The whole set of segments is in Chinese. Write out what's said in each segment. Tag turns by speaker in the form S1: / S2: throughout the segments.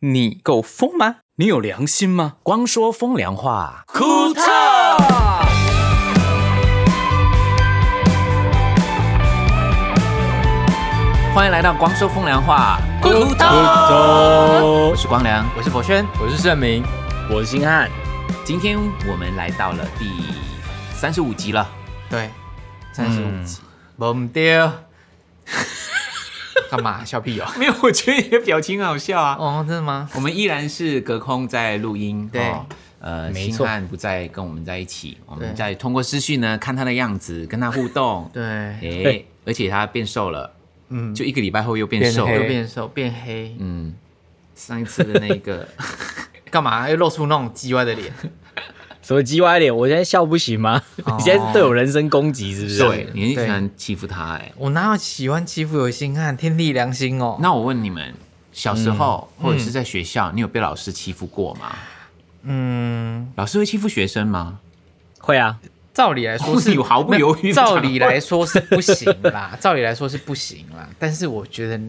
S1: 你够疯吗？你有良心吗？
S2: 光说风凉话，
S1: 库特。
S2: 欢迎来到光说风凉话，
S1: 库特
S2: 我是光良，我是博轩。
S3: 我是盛明，
S4: 我是星汉，
S2: 今天我们来到了第三十五集了，
S3: 对，嗯三十五集，我们丢， 干嘛笑屁哦？
S2: 没有，我觉得你的表情好笑啊。
S3: 哦，真的吗？
S2: 我们依然是隔空在录音，
S3: 对
S2: 哦呃，
S4: 没
S2: 星
S4: 错
S2: 汉不在跟我们在一起，我们
S3: 对
S2: 在通过私讯呢看他的样子，跟他 互动，
S3: 对，
S2: 哎，而且他变瘦了，
S3: 嗯，
S2: 就一个礼拜后又变
S4: 变
S2: 瘦
S3: 又
S4: 黑
S2: 了，
S3: 变瘦变黑，
S2: 嗯，上一次的那 个
S3: 干嘛又露出那种叽歪的脸？
S4: 什么鸡歪脸？我现在笑不行吗？你现在是对我人身攻击是不是？
S2: 对，你很喜欢欺负他哎、
S3: 我哪有喜欢欺负有星汉？天地良心哦。
S2: 那我问你们，小时
S4: 嗯
S2: 候、或者是在学校，你有被老师欺负过吗？
S3: 嗯，
S2: 老师会欺负学生吗？
S4: 会啊，
S3: 照理来说是
S2: 你毫不犹豫地
S3: 照理来说是不行啦， 照理来说是不行啦。但是我觉得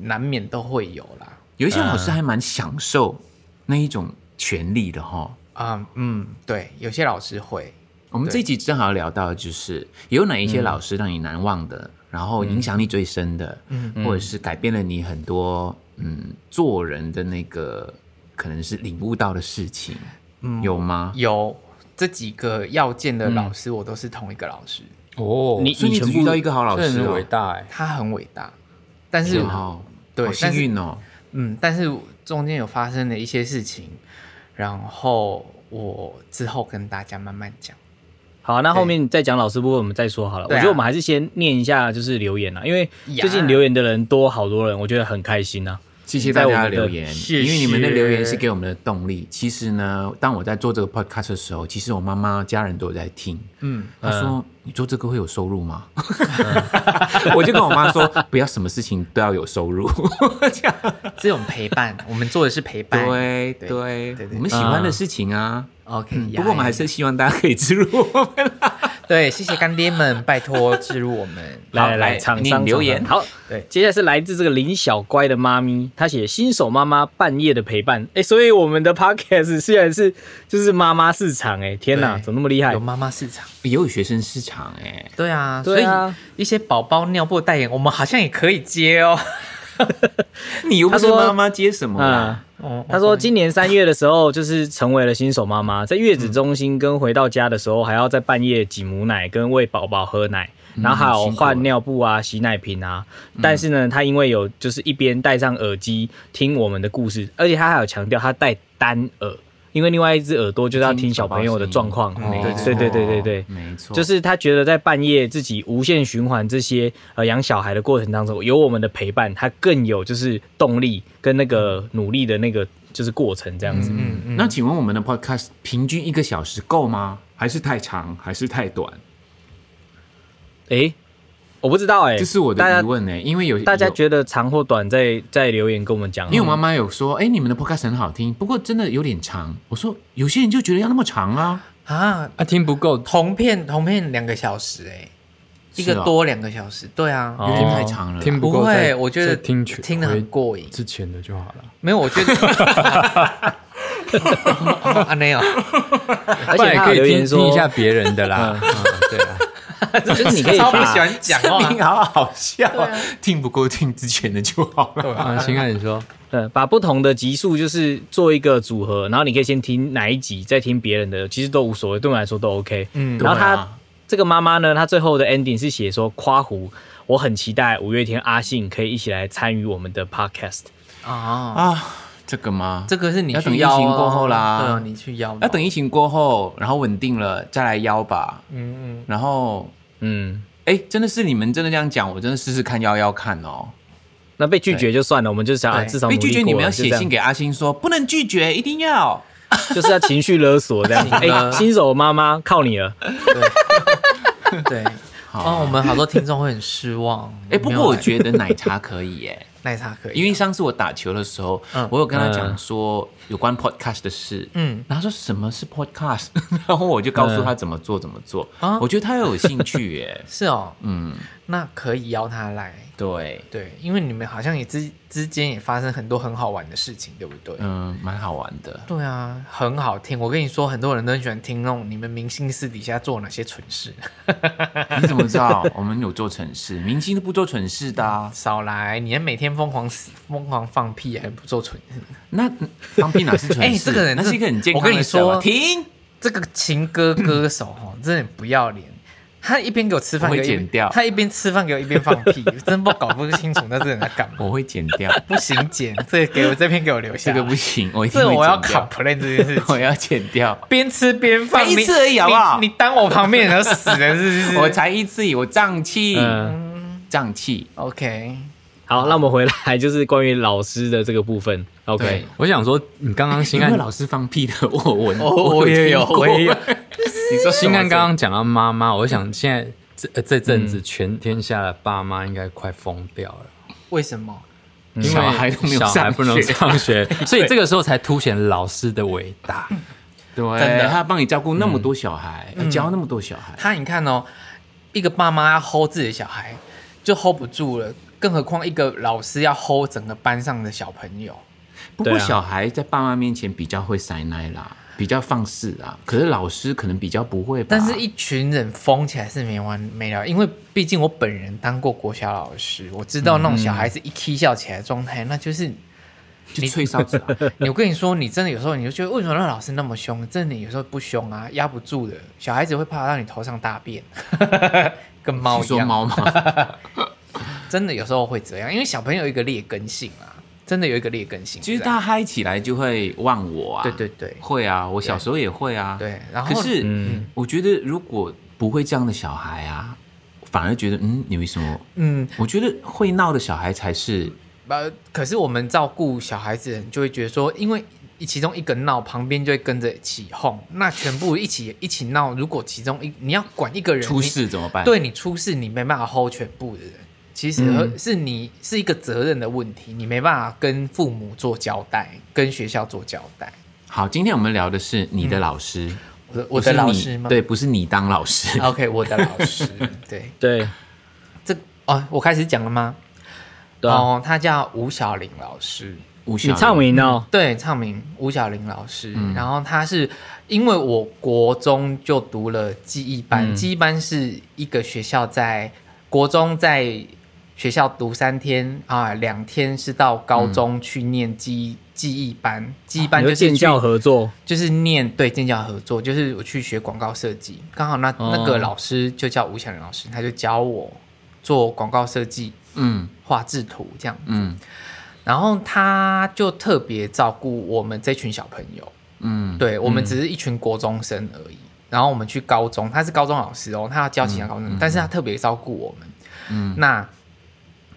S3: 难免都会有啦。
S2: 有一
S4: 呃
S2: 些老师还蛮享受那一种权利的哈。
S3: 啊，嗯，对，有些老师会，
S2: 我们这一集正好聊到，就是有哪一些老师让你难忘的，然后影响你最深的，
S3: 嗯
S2: 或者是改变了你很多嗯做人的那个可能是领悟到的事情，
S3: 嗯
S2: 有吗？
S3: 有这几个要件的老师，我都是同一个老师，
S4: 哦你
S2: 所以
S4: 你
S2: 你
S4: 全
S2: 只
S4: 部
S2: 遇到一个好老
S4: 这
S2: 师、
S4: 很
S2: 哦，
S4: 伟大哎，
S3: 他很伟大，但是
S2: 是哦，
S3: 对
S2: 好幸
S3: 但是
S2: 运哦。
S3: 嗯，但是中间有发生了一些事情，然后我之后跟大家慢慢讲。
S4: 好，那后面再讲老师部分，我们再说好了。我
S3: 对啊
S4: 觉得我们还是先念一下就是留言啊，因为
S3: 呀
S4: 最近留言的人多好多人，我觉得很开心啊。
S2: 谢谢大家的留言，
S3: 谢谢
S2: 因为你们的留言是给我们的动力。其实呢，当我在做这个 podcast 的时候，其实我妈妈、家人都有在听。
S3: 嗯，
S2: 她说：“你做这个会有收入吗？” 我就跟我妈说：“不要什么事情都要有收 入。
S3: 这种陪伴，我们做的是陪伴。
S2: 对”
S3: 对
S2: 对
S3: 对
S2: 对，
S3: 对
S2: 我们喜欢的事情啊。
S3: ，OK，
S2: 嗯
S3: 呀、
S2: 不过我们还是希望大家可以支入我们啦。
S3: 对，谢谢干爹们，拜托置入我们。
S4: 来来
S2: 来
S4: 来，厂商
S2: 念留言
S4: 厂商好，
S3: 对
S4: 接下来是来自这个林小乖的妈咪，她写新手妈妈半夜的陪伴，哎，所以我们的 podcast 虽然是就是妈妈市场，哎，天哪，
S3: 对
S4: 怎么那么厉害
S3: 有？妈妈市场，
S2: 也有学生市场哎、
S3: 对啊，
S4: 对啊
S3: 所以一些宝宝尿布的代言，我们好像也可以接哦。
S2: 你又不是
S4: 她说
S2: 妈妈接什么啦？
S3: 哦
S4: 他说，今年三月的时候，就是成为了新手妈妈，在月子中心跟回到家的时候，还要在半夜挤母奶跟喂宝宝喝奶，然后还有
S2: 辛苦了
S4: 换尿布啊、洗奶瓶啊。但是呢，他因为有就是一边戴上耳机听我们的故事，而且他还有强调他戴单耳，因为另外一只耳朵就是要嗯听小朋友的状况。
S2: 听宝宝声音
S3: 哦
S4: 对对对对对。
S2: 没错，
S4: 就是他觉得在半夜自己无限循环这些呃养小孩的过程当中，有我们的陪伴，他更有就是动力跟那个努力的那个就是过程这样子。
S3: 嗯嗯，
S2: 那请问我们的 podcast 平均一个小时够吗？还是太长，还是太短？
S4: 诶，我不知道诶，
S2: 这是我
S4: 大
S2: 的疑
S4: 家
S2: 问呢、因为有
S4: 大家
S2: 有
S4: 觉得长或短在，在留言跟我们讲。
S2: 因为我妈妈有说，哎、你们的 podcast 很好听，不过真的有点长。我说有些人就觉得要那么长啊，
S3: 啊，
S4: 啊听不够，
S3: 同片同片两个小时哎、一
S2: 是
S3: 个
S2: 哦
S3: 多两个小时，对啊，
S4: 哦
S2: 有点太长了啦。
S5: 听不
S3: 不
S5: 够
S3: 会
S5: 再
S3: 我觉得
S5: 再听取
S3: 听得很过瘾
S5: 回之前的就好 了。
S3: 没有，我觉得啊没有，
S4: 而
S5: 不
S4: 且
S5: 然也
S4: 她
S5: 可
S4: 有留
S5: 以听
S4: 言说
S5: 听一下，别人的 啦。嗯对 啊，
S4: 就是你可以
S3: 超不喜
S4: 把
S3: 欢讲话
S2: 明，好好笑，啊听不够听之前的就好了。
S5: 啊，星汉你说，
S4: 呃把不同的集数就是做一个组合，然后你可以先听哪一集，再听别人的，其实都无所谓，对我们来说都 OK。
S3: 嗯
S4: 然后
S2: 对
S4: 她
S2: 啊
S4: 这个妈妈呢，她最后的 ending 是写说夸胡，我很期待五月天阿信可以一起来参与我们的 podcast。
S3: 啊，
S2: 啊，这个吗？
S3: 这个是你
S2: 要等
S3: 去
S2: 疫
S3: 邀
S2: 情
S3: 哦
S2: 过后啦
S3: 对啊，你去邀吧，
S2: 要等疫情过后，然后稳定了再来邀吧。
S3: 嗯嗯，
S2: 然后，
S4: 嗯，
S2: 哎、真的是你们真的这样讲，我真的试试看邀邀看哦。
S4: 那被拒绝就算了，我们就想、啊、
S3: 对
S4: 至少
S2: 被拒绝，
S4: 努力过
S2: 你们要
S4: 了
S2: 写信，给阿星说不能拒绝，一定要。
S4: 就这样就是要情绪勒索这样 子。哎、
S2: 啊
S4: 新手妈妈靠你了，
S3: 对，哦，我们好多听众会很失望，
S2: 哎、不
S3: 没有啊
S2: 过我
S3: 来
S2: 觉得奶茶可以耶，
S3: 奶茶可以，
S2: 因为上次我打球的时候，
S3: 嗯
S2: 我有跟他讲说有关 podcast 的事，
S3: 嗯
S2: 嗯，然后他说什么是 podcast，然后我就告诉他怎么做怎么做
S3: 啊，，
S2: 我觉得他有兴趣耶
S3: 是哦，
S2: 嗯，
S3: 那可以邀他来。
S2: 对，
S3: 对，因为你们好像也之之间也发生很多很好玩的事情，对不对？
S2: 嗯，蛮好玩的。
S3: 对啊，很好听。我跟你说，很多人都很喜欢听那种你们明星私底下做哪些蠢事。
S2: 你怎么知道我们有做蠢事？明星都不做蠢事的、啊，
S3: 少来，你还每天疯狂死疯狂放屁，还不做蠢事。
S2: 那放屁哪是蠢事？
S3: 哎这个人
S2: 那是一个很健康
S3: 我跟
S2: 的
S3: 你
S2: 事好吧
S3: 说
S2: 停，
S3: 这个情歌歌手 哦，真的很不要脸。他一边给我吃饭，
S2: 我
S3: 给
S2: 会
S3: 我一
S2: 剪掉
S3: 他一边吃饭给我一边放 屁，真不搞不清楚那这人在干嘛。
S2: 我会剪掉，
S3: 不行，剪这个给我这篇给我留下
S2: 这
S3: 来。
S2: 个不行，我一定
S3: 这
S2: 会
S3: 我要
S2: 剪掉
S3: complain 这件事情。
S2: 我要剪 掉。
S3: 边吃边放，
S2: 才一
S3: 你
S2: 次而已好不好
S3: 你你当我旁边人都死了是不是？
S2: 我才一次，我胀气，
S4: 嗯，
S2: 胀气。
S3: OK，
S4: 好，那我们回来就是关于老师的这个部分。OK，
S2: 对，
S5: 我想说，你刚刚新
S2: 因为
S5: 安
S2: 老师放屁的，我闻，
S5: 我也有
S2: 听过
S5: 我也有
S2: 你说
S5: 新安
S2: 安
S5: 刚刚讲到妈妈，我想现在这呃这阵
S2: 嗯
S5: 子全天下的爸妈应该快疯掉了，
S3: 为什么？
S5: 因为
S2: 嗯小孩都没有
S5: 小孩
S2: 上
S5: 不能
S2: 学
S5: 上学，所以这个时候才凸显老师的伟大。
S2: 嗯对，
S3: 真的
S2: 他帮你照顾那么多小孩，
S4: 嗯
S2: 要教那么多小孩，
S3: 他你看哦，一个爸妈要 hold 自己的小孩就 hold 不住了，更何况一个老师要 hold 整个班上的小朋友。
S2: 不过
S4: 对啊
S2: 小孩在爸妈面前比较会塞奶啦，比较放肆啦。可是老师可能比较不会吧。
S3: 但是，一群人疯起来是没完没了，因为毕竟我本人当过国小老师，我知道那种小孩子一踢笑起来的状态，那就是
S2: 就吹哨子啊，
S3: 你我跟你说，你真的有时候你就觉得为什么那老师那么凶？真的有时候不凶啊，压不住的。小孩子会怕到你头上大便， 跟猫
S2: 你
S3: 一
S2: 说
S3: 样。
S2: 猫吗？
S3: 真的有时候会这样，因为小朋友有一个劣根性啊，真的有一个劣根性在。
S2: 其实他嗨起来就会忘我啊。
S3: 对对对
S2: 会啊，我小时候也会啊。，
S3: 对，然后
S2: 可是、
S4: 嗯
S2: 我觉得如果不会这样的小孩啊，反而觉得嗯，你为什么？
S3: 嗯，
S2: 我觉得会闹的小孩才是
S3: 呃，可是我们照顾小孩子的人就会觉得说，因为其中一个闹，旁边就会跟着起哄，那全部一起一起闹。如果其中一你要管一个人
S2: 出
S3: 你
S2: 事怎么办？
S3: 对你出事，你没办法 hold 全部的人，其实
S2: 嗯
S3: 和是你是一个责任的问题，你没办法跟父母做交代，跟学校做交代。
S2: 好，今天我们聊的是你的老师，
S3: 我的
S2: 不
S3: 嗯我
S2: 是
S3: 的老
S2: 你
S3: 师吗？
S2: 对，不是你当老师。
S3: ，OK，我的老师，对，
S4: 对
S3: 这哦，我开始讲了吗？
S4: 对啊，
S3: 哦，他叫吴小玲老师，
S2: 吴
S4: 你
S2: 晓
S4: 唱
S2: 明
S4: 名哦，
S3: 对，唱名吴小玲老师。然后他是因为我国中就读了记忆班，记忆班是一个学校在国中在学校读三天啊，两天是到高中去念记忆、记忆班，记忆班
S4: 你
S3: 就
S4: 就是建
S3: 去
S4: 教合作，
S3: 就是念对建教合作，就是我去学广告设计，刚好那、那个
S4: 哦
S3: 老师就叫吴小玲老师，他就教我做广告设计、
S2: 嗯
S3: 画制图这样。
S2: 嗯
S3: 然后他就特别照顾我们这群小朋友，
S2: 嗯，
S3: 对我们只是一群国中生而已。然后我们去高中，他是高中老师哦，他要教其他高中生，但是他特别照顾我们。
S2: 嗯
S3: 那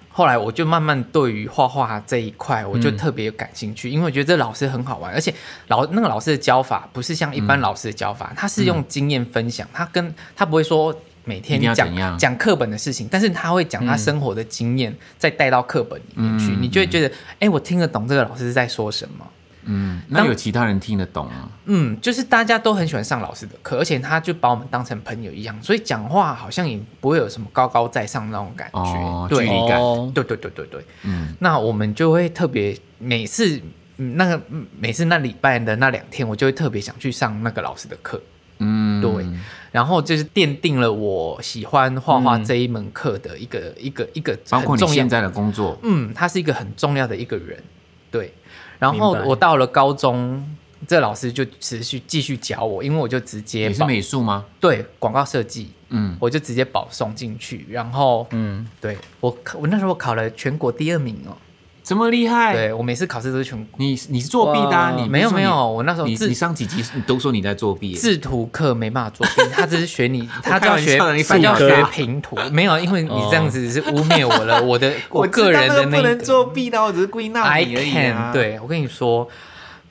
S3: 后来我就慢慢对于画画这一块，我就
S2: 嗯
S3: 特别感兴趣，因为我觉得这老师很好玩，而且老那个老师的教法不是像一
S2: 嗯
S3: 般老师的教法，他是用经验分享，他跟他不会说每天
S2: 一定要怎样
S3: 讲讲课本的事情，但是他会讲他生活的经验，再带到课本里面去，
S2: 嗯
S3: 你就会觉得，哎、我听得懂这个老师在说什么。
S2: 嗯，那有其他人听得懂吗？
S3: 嗯，就是大家都很喜欢上老师的课，而且他就把我们当成朋友一样，所以讲话好像也不会有什么高高在上那种感觉。
S2: 哦
S3: 对
S2: 距离感
S4: 哦
S3: 对对对对对。
S2: 嗯
S3: 那我们就会特别每次嗯那个嗯每次那礼拜的那两天，我就会特别想去上那个老师的课，
S2: 嗯，
S3: 对，然后就是奠定了我喜欢画画这一门课的一个、一个一个
S2: 嗯包
S3: 很
S2: 括你
S3: 重要
S2: 现在的工作，
S3: 嗯，他是一个很重要的一个人，对。然后
S4: 明白
S3: 我到了高中，这老师就持续继续教我，因为我就直接
S2: 也是
S3: 保
S2: 美术吗？
S3: 对广告设计，
S2: 嗯，
S3: 我就直接保送进去。然后，
S4: 嗯，
S3: 对我考我那时候考了全国第二名哦，
S2: 这么厉害，
S3: 对我每次考试都是全国。
S2: 你你是作弊的啊，
S4: 哇
S2: 哎你
S3: 没有没有，，我那时候
S2: 你你
S3: 制
S2: 你上几集你都说你在作弊，
S3: 制图课没办法作弊，他只是学 你，他就要学
S2: 开玩笑的你哦
S3: 他
S2: 反
S3: 就要
S4: 正
S3: 学平图，没有，因为你这样子是污蔑我了， 我的我个人的那个。
S2: 弊的，我只是故意闹
S3: I can，、，对
S2: 啊
S3: 我跟你说，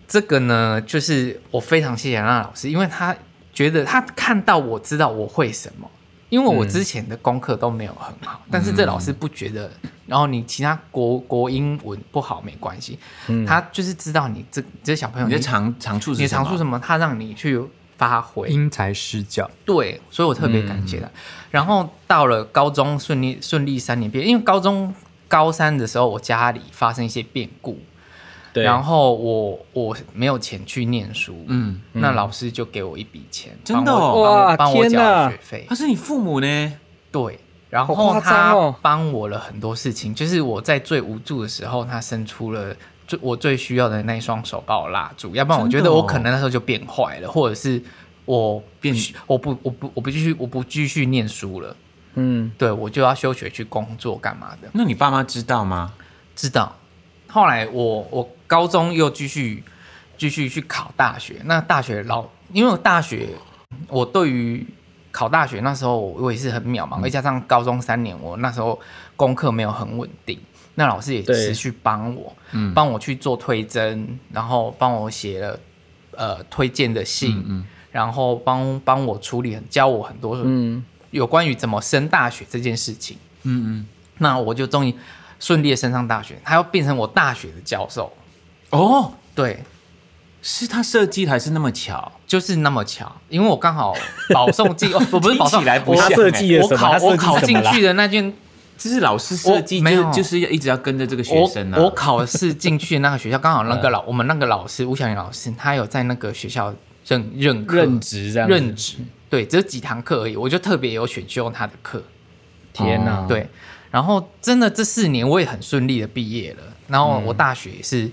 S3: 这个呢，就是我非常谢谢那老师，因为他觉得他看到我知道我会什么，因为我之前的功课都没有很好，但是这老师不觉得，然后你其他国国英文不好没关系，他就是知道你这这小朋友
S2: 你的
S3: 你
S2: 长长处是
S3: 你的长处
S2: 么？
S3: 什么，他让你去。发挥。
S5: 因材施教，
S3: 对，所以我特别感谢他。然后到了高中，顺利顺利三年毕业，因为高中高三的时候，我家里发生一些变故，
S4: 对，
S3: 然后我我没有钱去念书，
S2: 嗯，
S3: 那老师就给我一笔钱，
S2: 真的
S3: 帮我
S2: 哦
S4: 哇
S3: 帮我帮我
S4: 天
S3: 缴
S4: 哪
S3: 学费
S2: 他，是你父母呢？
S3: 对。然
S4: 好
S3: 后
S4: 夸张
S3: 他
S4: 哦
S3: 帮我了很多事情，就是我在最无助的时候，他伸出了最我最需要的那一双手把我拉住，要不然我
S2: 真
S3: 觉
S2: 的
S3: 得我
S2: 哦
S3: 可能那时候就变坏了，或者是我
S2: 变
S3: 我不我不我不继续我不继续念书了，
S4: 嗯，
S3: 对我就要休学去工作干嘛的。
S2: 那你爸妈知道吗？
S3: 知道。后来我我高中又继续继续去考大学，那大学老因为我大学我对于考大学那时候我也是很渺
S2: 嗯
S3: 茫，再加上高中三年我那时候功课没有很稳定，那老师也
S4: 对
S3: 持续帮我，
S2: 嗯
S3: 帮我去做推甄，然后帮我写了呃推荐的信，
S2: 嗯
S3: 然后帮帮我处理教我很多
S4: 嗯，
S3: 有关于怎么升大学这件事情。
S2: 嗯嗯，
S3: 那我就终于顺利的升上大学，他要变成我大学的教授。
S2: 哦，
S3: 对，
S2: 是他设计的还是那么巧？
S3: 就是那么巧，因为我刚好保 送进，哦，我不是保
S2: 听
S3: 送，
S2: 起来不
S3: 我
S2: 像
S4: 欸他设计了
S3: 我
S4: 什
S3: 考
S4: 么？他
S3: 我
S4: 设计
S3: 考
S4: 什么
S3: 进
S4: 啦
S3: 去？的 那卷，
S2: 这是老师设计，
S3: 我没有
S2: 就就是要一直要跟着这个学
S3: 我
S2: 生啊。
S3: 我考试进去的那个学校，刚好那
S4: 嗯
S3: 个老我们那个老师吴小玲老师，他有在那个学校任任课
S4: 任职这样子，
S3: 任职，对，只有几堂课而已，我就特别有选修他的课，
S4: 天哪，
S3: 哦对，然后真的这四年我也很顺利的毕业了，然后
S4: 嗯
S3: 我大学也是，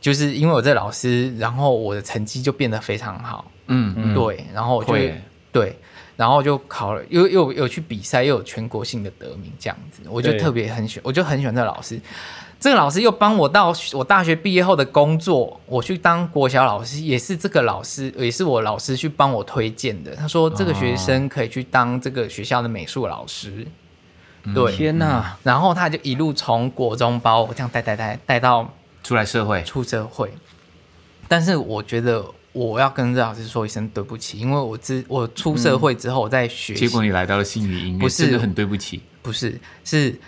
S3: 就是因为我这老师，然后我的成绩就变得非常好，
S2: 嗯嗯，
S3: 对，然后我就
S2: 会
S3: 对，然后就考了，又又又有去比赛，又有全国性的得名这样子，我就
S4: 对
S3: 特别很喜，我就很喜欢这个老师。这个老师又帮我到我大学毕业后的工作，我去当国小老师，也是这个老师，也是我老师去帮我推荐的。他
S4: 哦
S3: 说这个学生可以去当这个学校的美术老师，
S4: 嗯
S3: 对，嗯
S4: 天哪，
S3: 然后他就一路从国中把我这样带带带带到
S2: 出来社会，
S3: 出社会，但是我觉得我要跟这老师说一声对不起，因为我之我出社会之后我在学习，
S2: 嗯结果你来到了心理音乐，
S3: 不是
S2: 真的很对不起。
S3: 不是是，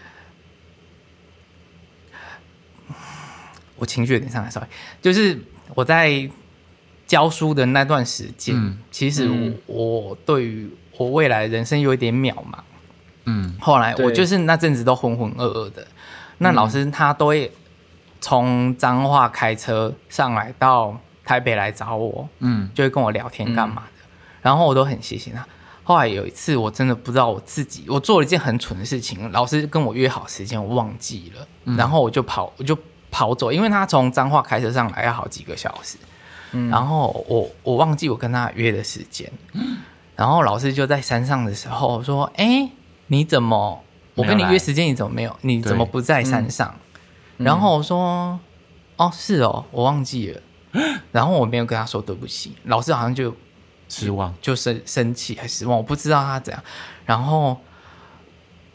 S3: 我情绪有点上来，sorry，就是我在教书的那段时间，
S2: 嗯
S3: 其实我、
S4: 嗯
S3: 我对于我未来人生有一点渺茫，
S2: 嗯
S3: 后来我
S4: 对
S3: 就是那阵子都浑浑噩噩的，那老师他都会从彰化开车上来到台北来找我，
S2: 嗯，
S3: 就会跟我聊天干嘛的，然后我都很谢谢他。后来有一次，我真的不知道我自己，我做了一件很蠢的事情，老师跟我约好时间，我忘记了，
S2: 嗯
S3: 然后我就跑，我就跑走，因为他从彰化开车上来要好几个小时，
S2: 嗯
S3: 然后我我忘记我跟他约的时间，
S2: 嗯
S3: 然后老师就在山上的时候说：“哎，你怎么？我跟你
S2: 没有来
S3: 约时间，你怎么没有？你怎么
S2: 对嗯
S3: 不在山上？”然后我说：“哦，是哦，我忘记了。” 然后我没有跟他说对不起，老师好像就
S2: 失望。
S3: 就生生气还失望，我不知道他怎样。然后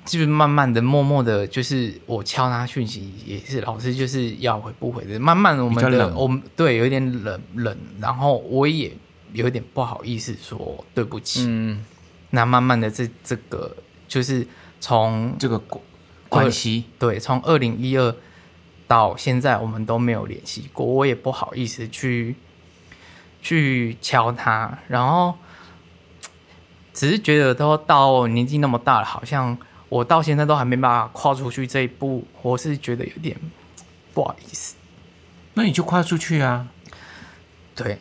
S3: 就是慢慢的、默默的，就是我敲他讯息，也是老师就是要回不回的。慢慢地我们
S2: 比较
S3: 的
S2: 冷
S3: 我们对有一点冷冷，然后我也有一点不好意思说对不起。
S4: 嗯，
S3: 那慢慢的这这个就是从
S2: 这个关关系，
S3: 对，从二零一二到现在，我们都没有联系过，我也不好意思去去敲他，然后只是觉得都到年纪那么大了，好像我到现在都还没办法跨出去这一步，我是觉得有点不好意思。
S2: 那你就跨出去啊。
S3: 对，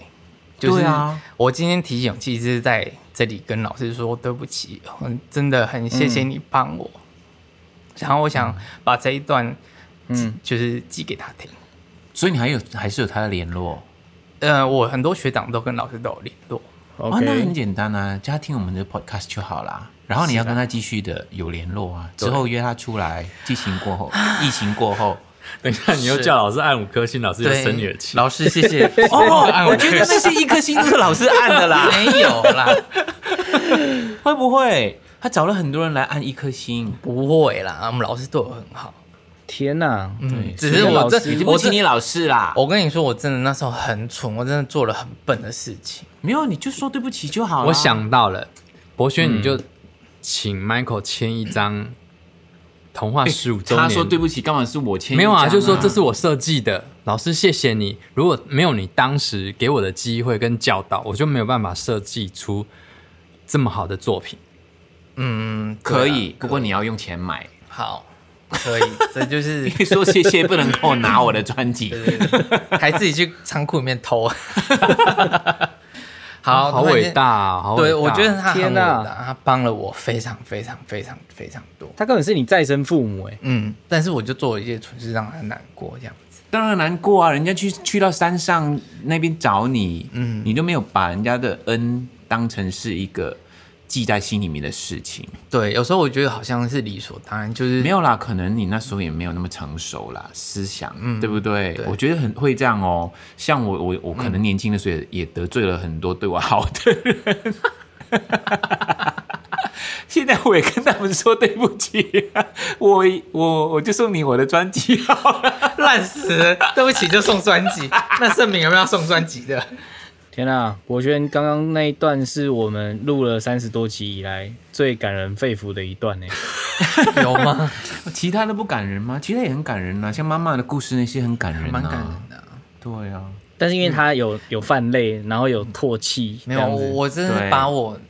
S3: 就是
S2: 对啊
S3: 我今天提醒，其实是在这里跟老师说对不起，很真的很谢谢你帮我，
S2: 嗯
S3: 然后我想把这一段，嗯，就是寄给他听。
S2: 所以你还有还是有他的联络
S3: 呃，我很多学长都跟老师都有联络，
S2: 啊，
S3: 哦
S2: 那很
S4: OK，
S2: 简单啊，叫他听我们的 podcast 就好啦。然后你要跟他继续的有联络啊，之后约他出来，疫情过 后，疫情过后，
S5: 等一下你又叫老师按五颗星，老师又生你的气。
S3: 老师谢谢
S2: 哦，
S3: 按
S2: 我
S3: 我
S2: 觉得那些一颗星都是老师按的 啦，
S3: 没有啦，
S2: 会不会？他找了很多人来按一颗星，
S3: 不会啦，我们老师对我很好，
S4: 天哪，
S3: 嗯，
S2: 对
S3: 只是
S4: 所以
S3: 我
S4: 老
S3: 这
S4: 师
S2: 你
S3: 我
S2: 不听
S3: 这
S2: 你老师啦，
S3: 我跟你说，我真的那时候很蠢，我真的做了很笨的事情，
S2: 没有你就说对不起就好了。
S5: 我想到了，博轩，你就请
S3: 嗯
S5: Michael 签一张童话十五周年。
S2: 他说对不起，干嘛是我签一
S5: 没
S2: 张
S5: 有
S2: 啊？
S5: 啊，就是说这是我设计的，老师谢谢你，如果没有你当时给我的机会跟教导，我就没有办法设计出这么好的作品。
S3: 嗯，
S2: 可
S3: 对啊
S2: 以，不过你要用钱买。
S3: 好，可以， 这就是
S2: 你说谢谢不能够拿我的专辑，
S3: 对对对还自己去仓库里面偷。 好，
S5: 好
S3: 突然间
S5: 伟大啊，好伟大
S3: 对，我觉得他很
S4: 天
S3: 伟
S4: 哪
S3: 大，他帮了我非常非常非常非常多。
S4: 他根本是你再生父母哎、
S3: 嗯，但是我就做了一件蠢事，让他难过这样子。
S2: 当然难过啊！人家去去到山上那边找你，嗯，你都没有把人家的恩当成是一个记在心里面的事情。
S3: 对，有时候我觉得好像是理所当然，就是
S2: 没有啦，可能你那时候也没有那么成熟啦，思想，对不嗯对？嗯
S3: 对
S2: 我觉得很会这样哦。像我，我，我可能年轻的时候也,、也得罪了很多对我好的人， 现在我也跟他们说对不起、啊我我我就送你我的专辑好了。
S3: 烂死了，对不起就送专 辑。那盛明有没有要送专辑的？
S4: 天呐、博轩刚刚那一段是我们录了三十多集以来最感人肺腑的一段欸呢、
S3: 嗯有吗？
S2: 其他的不感人吗？其他也很感人呐、啊像妈妈的故事那些很感人、啊，
S3: 蛮感人的啊、
S2: 对啊，
S4: 但是因为他有、有泛泪，然后有唾弃，
S3: 没有，
S4: 这样
S3: 我
S4: 子
S3: 我真
S2: 对
S3: 的把我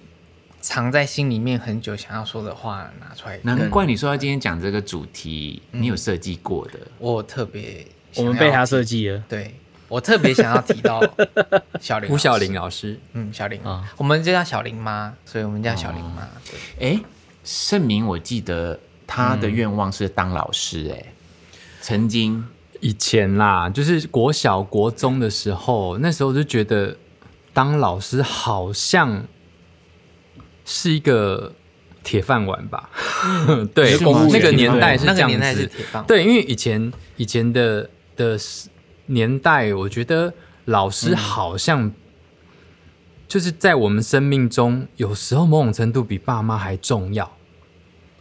S3: 藏在心里面很久想要说的话拿出来跟，
S2: 难怪你说他今天讲这个主题，你有设计过的。
S3: 我特别
S4: 我
S3: 想要
S4: 们被他设计了。
S3: 对我特别想要提到小林
S5: 吴小
S3: 林。
S5: 玲老师，
S3: 嗯，小玲
S4: 啊
S3: 我们就叫小玲妈，所以我们叫小玲妈。对
S2: 哎，盛明，我记得他的愿望是当老师、哎、曾经
S5: 以前啦，就是国小国中的时候，那时候就觉得当老师好像是一个铁饭碗吧。 对，
S4: 是吗
S5: 那个年代是
S3: 那
S5: 这
S3: 个
S5: 样
S3: 年代是
S5: 子。
S3: 铁棒，
S5: 对，因为以前以前的的年代，我觉得老师好像就是在我们生命中，有时候某种程度比爸妈还重要。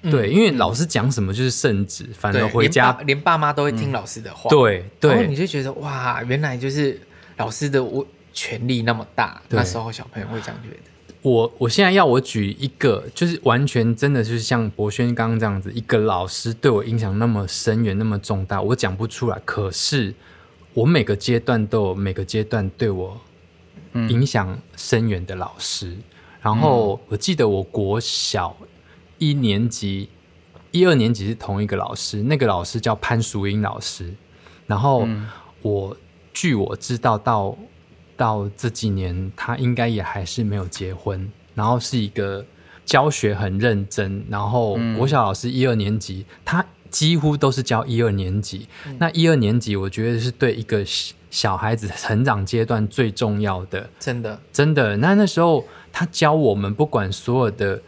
S5: 对，因为老师讲什么就是圣旨，反
S3: 嗯对，
S5: 而回家
S3: 连哦爸连爸妈都会听老师的话。，
S5: 对
S3: 然后你就
S5: 对
S3: 觉得哇，原来就是老师的我权力那么大。
S5: 对
S3: 那时候小朋友会这样觉得，
S5: 我我现在要我举一个，就是完全真的就是像博轩刚刚这样子，一个老师对我影响那么深远、那么重大，我讲不出来。可是我每个阶段都有每个阶段对我影响深远的老师。然后我记得我国小一年级、一二年级是同一个老师，那个老师叫潘淑英老师。然后我、据我知道到到这几年，他应该也还是没有结婚，然后是一个教学很认真，然后国小老师一二年级，他几乎都是教一二年级。那一二年级，我觉得是对一个小小孩子成长阶段最重要的。
S3: 真的
S5: 真的，那那时候他教我们，不管所有的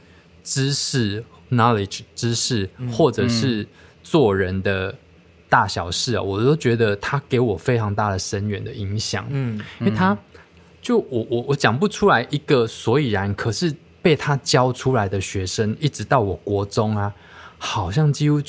S5: 知识、knowledge 知识，或者是做人的大小事啊，我都觉得他给我非常大的深远的影响。
S3: 嗯，
S5: 因为他就我我我讲不出来一个所以然，可是被他教出来的学生，一直到我国中啊，好像几乎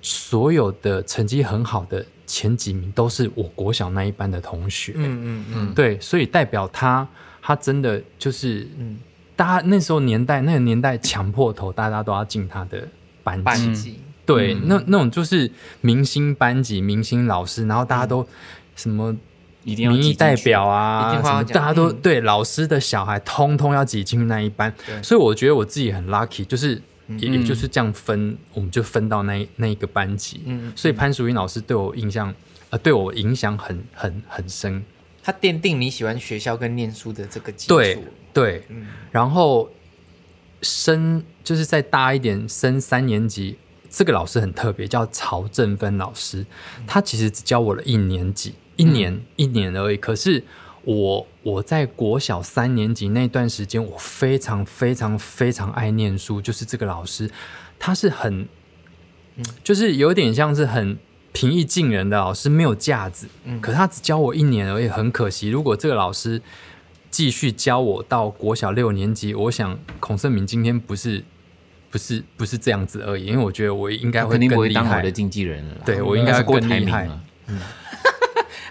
S5: 所有的成绩很好的前几名都是我国小那一班的同学。
S3: 嗯嗯嗯，
S5: 对，所以代表他，他真的就是，
S3: 嗯
S5: 大家那时候年代，那个年代强迫头，大家都要进他的班级。
S3: 班级
S5: 对，那那种就是明星班级、明星老师，然后大家
S3: 嗯
S5: 都什么
S2: 一定要
S5: 民
S2: 记
S5: 意
S2: 进
S5: 代
S2: 去
S5: 表啊，
S3: 一定
S5: 什
S3: 会要
S5: 么
S3: 讲
S5: 大家都、
S3: 嗯
S5: 对老师的小孩，通通要挤进那一班。所以我觉得我自己很 lucky，就是。
S3: 嗯
S5: 也也就是这样分，我们就分到那一那一个班级，
S3: 嗯
S5: 所以潘淑英老师对我印象，呃，对我影响很很很深，
S3: 他奠定你喜欢学校跟念书的这个基础。嗯
S5: 对对，然后升就是再大一点，升三年级，这个老师很特别，叫曹正芬老师。他其实只教我了一年级，一年、一年而已。可是我我在国小三年级那段时间，我非常非常非常爱念书，就是这个老师，他是很，就是有点像是很。平易近人的老师没有架子，
S2: 嗯
S5: 可是他只教我一年而已，很可惜。如果这个老师继续教我到国小六年级，我想孔圣明今天不是不是不是这样子而已，因为我觉得我应该
S2: 他
S5: 会
S2: 肯定不
S5: 更
S2: 会
S5: 厉
S2: 当啊我
S5: 害
S2: 的。经纪人了啦。
S5: 对我应该
S2: 他是过
S5: 更
S2: 台啊
S5: 厉
S2: 名
S5: 害
S2: 了。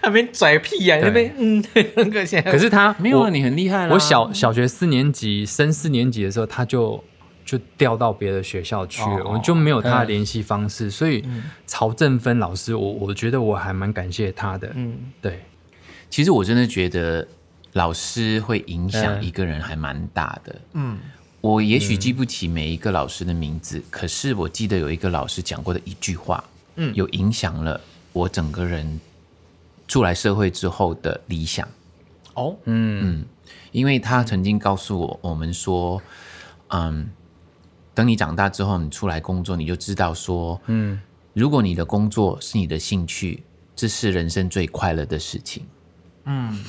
S3: 那边拽屁呀、那边嗯， 那个现在
S5: 可是他
S2: 没有
S5: 我
S2: 啊，你很厉害啦。
S5: 我小小学四年级升四年级的时候，他就就调到别的学校去了，
S2: 哦嗯
S5: 我就没有他的联系方式。所以曹正芬老师，我我觉得我还蛮感谢他的。
S3: 嗯，
S5: 对，
S2: 其实我真的觉得老师会影响一个人还蛮大的。嗯，我也许记不起每一个老师的名字，可是我记得有一个老师讲过的一句话，嗯，有影响了我整个人出来社会之后的理想。
S3: 哦，
S4: 嗯
S2: 因为他曾经告诉我我们说，嗯，等你长大之后，你出来工作，你就知道说，嗯，如果你的工作是你的兴趣，这是人生最快乐的事情。嗯，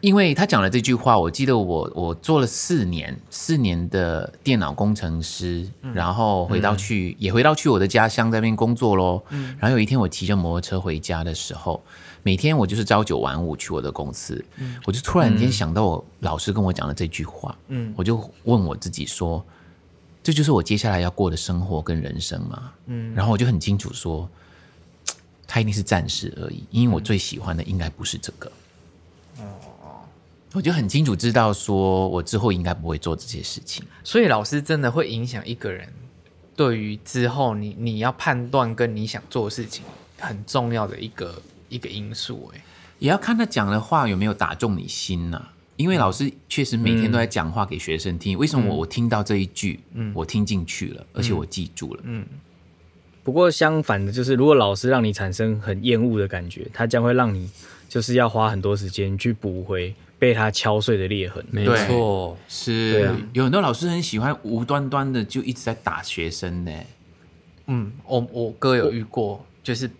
S2: 因为他讲了这句话，我记得我我做了四年，四年的电脑工程师，然后回到去、也回到去我的家乡在那边工作咯。然后有一天我骑着摩托车回家的时候，每天我就是朝九晚五去我的公司，我就突然间想到我老师跟我讲的这句话，嗯，我就问我自己说，这就是我接下来要过的生活跟人生嘛，嗯，然后我就很清楚说，它一定是暂时而已，因为我最喜欢的应该不是这个，哦、我就很清楚知道说我之后应该不会做这些事情，
S3: 所以老师真的会影响一个人对于之后你你要判断跟你想做的事情很重要的一个一个因素、哎，
S2: 也要看他讲的话有没有打中你心呐、因为老师确实每天都在讲话给学生听，为什么我我听到这一句，我听进去了，而且我记住了，
S4: 不过相反的，就是如果老师让你产生很厌恶的感觉，他将会让你就是要花很多时间去补回被他敲碎的裂痕。
S5: 没
S3: 对
S5: 错，
S2: 是、
S4: 对啊
S2: 有很多老师很喜欢无端端的就一直在打学生呢，
S3: 嗯，我我哥有遇过，就是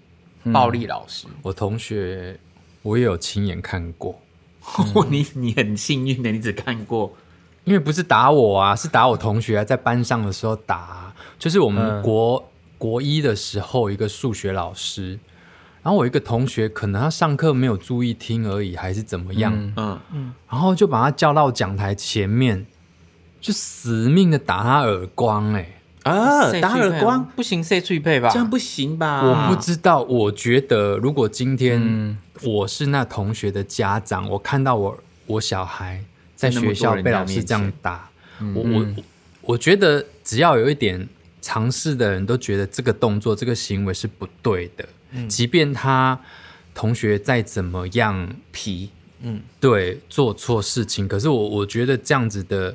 S3: 暴力老师，
S5: 我同学我也有亲眼看过，
S2: 你你很幸运的，你只看过
S5: 因为不是打我啊，是打我同学啊，在班上的时候打啊、就是我们
S4: 嗯
S5: 国、国一的时候，一个数学老师，然后我一个同学可能他上课没有注意听而已，还是怎么样，
S2: 嗯，
S5: 然后就把他叫到讲台前面，就死命的打他耳光、欸，
S2: 啊
S3: 谁，
S2: 打
S3: 去配
S2: 耳
S3: 吗
S2: 光，
S3: 不行，谁去配吧？
S2: 这样不行吧？
S5: 我不知道，我觉得如果今天我是那同学的家长，我看到我我小孩在学校被老师这样打，我我我觉得只要有一点尝试的人都觉得这个动作、这个行为是不对的，
S2: 嗯
S5: 即便他同学再怎么样
S2: 皮，
S5: 对做错事情，可是我我觉得这样子的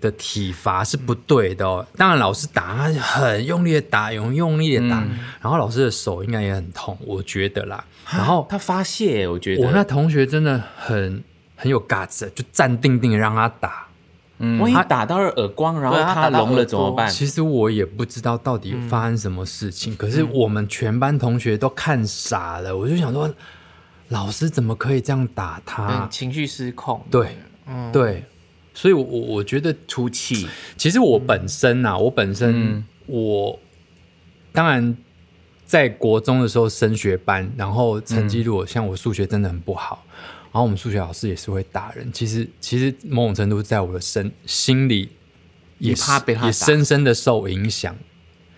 S5: 的体罚是不对的哦。当然，老师打他很用力的打，很用力的打，
S2: 嗯
S5: 然后老师的手应该也很痛，我觉得啦。然后
S2: 他发泄，我觉得
S5: 我那同学真的很很有 guts，就站定定地让他打。
S2: 万一打到了耳光，然后
S3: 对他打到
S2: 聋了
S3: 耳
S2: 怎么
S3: 朵
S2: 办？
S5: 其实我也不知道到底发生什么事情，可是我们全班同学都看傻了。我就想说，老师怎么可以这样打他
S3: 嗯，？情绪失控，
S5: 啊
S3: 嗯
S5: 对，
S2: 哦
S5: 对，所以我，我我觉得
S2: 出气，
S5: 其实我本身啊，我本身、
S2: 嗯
S5: 我当然在国中的时候升学班，然后成绩如果、像我数学真的很不好，然后我们数学老师也是会打人。其实其实某种程度在我的身心里也
S2: 你怕
S5: 是
S2: 被他
S5: 也
S2: 打
S5: 深深的受影响，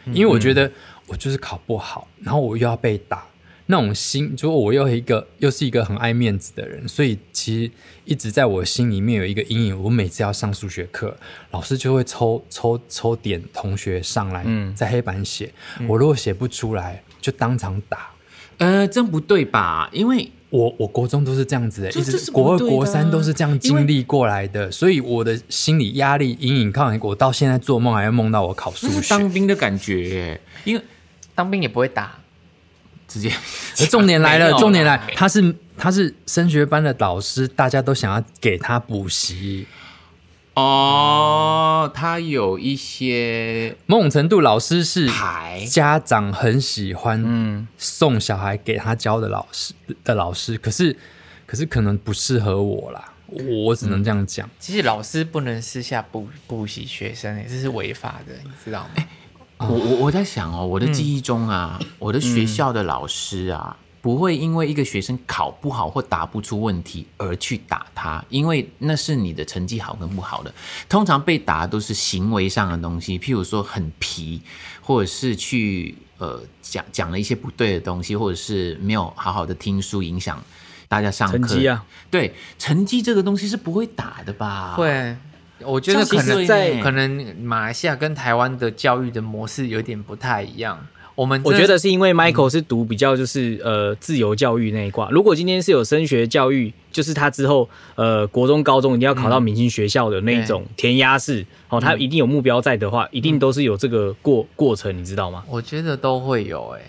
S5: 因为我觉得我就是考不好，然后我又要被打。那种心，就我又一个又是一个很爱面子的人，所以其实一直在我心里面有一个阴影。我每次要上数学课，老师就会抽抽抽点同学上来，在黑板写。我如果写不出来，就当场打。
S2: 呃，这样不对吧？因为
S5: 我我国中都是这样子的，
S2: 这
S5: 一
S2: 这
S5: 直
S2: 是不
S5: 国二
S2: 对的啊
S5: 国三都是这样经历过来的，所以我的心理压力阴影，看完我到现在做梦还要梦到我考数
S2: 那是
S5: 学。
S2: 当 兵的感觉耶，因为
S3: 当兵也不会打，
S2: 直接
S5: 而 重点来
S2: 没
S5: 了
S2: 有，啦
S5: 重点来，他是他是升学班的导师，大家都想要给他补习。
S2: 哦，他有一些
S5: 某种程度，老师是
S2: 牌
S5: 家长很喜欢送小孩给他教的老师的老师，可是可是可能不适合我啦，我只能这样讲。
S3: 其实老师不能私下补补习学生、哎，这是违法的，你知道吗？
S4: 啊
S2: 我我我在想哦，我的
S4: 嗯
S2: 记忆 中啊，我的学校的老师啊，不会因为一个学生考不好或答不出问题而去打他，因为那是你的成绩好跟不好的。通常被打都是行为上的东西，譬如说很皮，或者是去呃讲讲了一些不对的东西，或者是没有好好的听书，影响大家上课。
S4: 成绩啊，
S2: 对成绩这个东西是不会打的吧？
S3: 会，我觉得
S2: 这
S3: 可
S2: 样其实
S3: 能
S2: 在
S3: 可能马来西亚跟台湾的教育的模式有点不太一样。我们
S4: 我
S3: 真
S4: 觉
S3: 的
S4: 得是因为 Michael 是读比较就是呃自由教育那一挂。如果今天是有升学教育，就是他之后呃国中、高中一定要考
S3: 嗯
S4: 到明星学校的那一种填鸭式，哦，他一定有目标在的话，一
S3: 嗯
S4: 定都是有这个过过程，你知道吗？
S3: 我觉得都会有哎、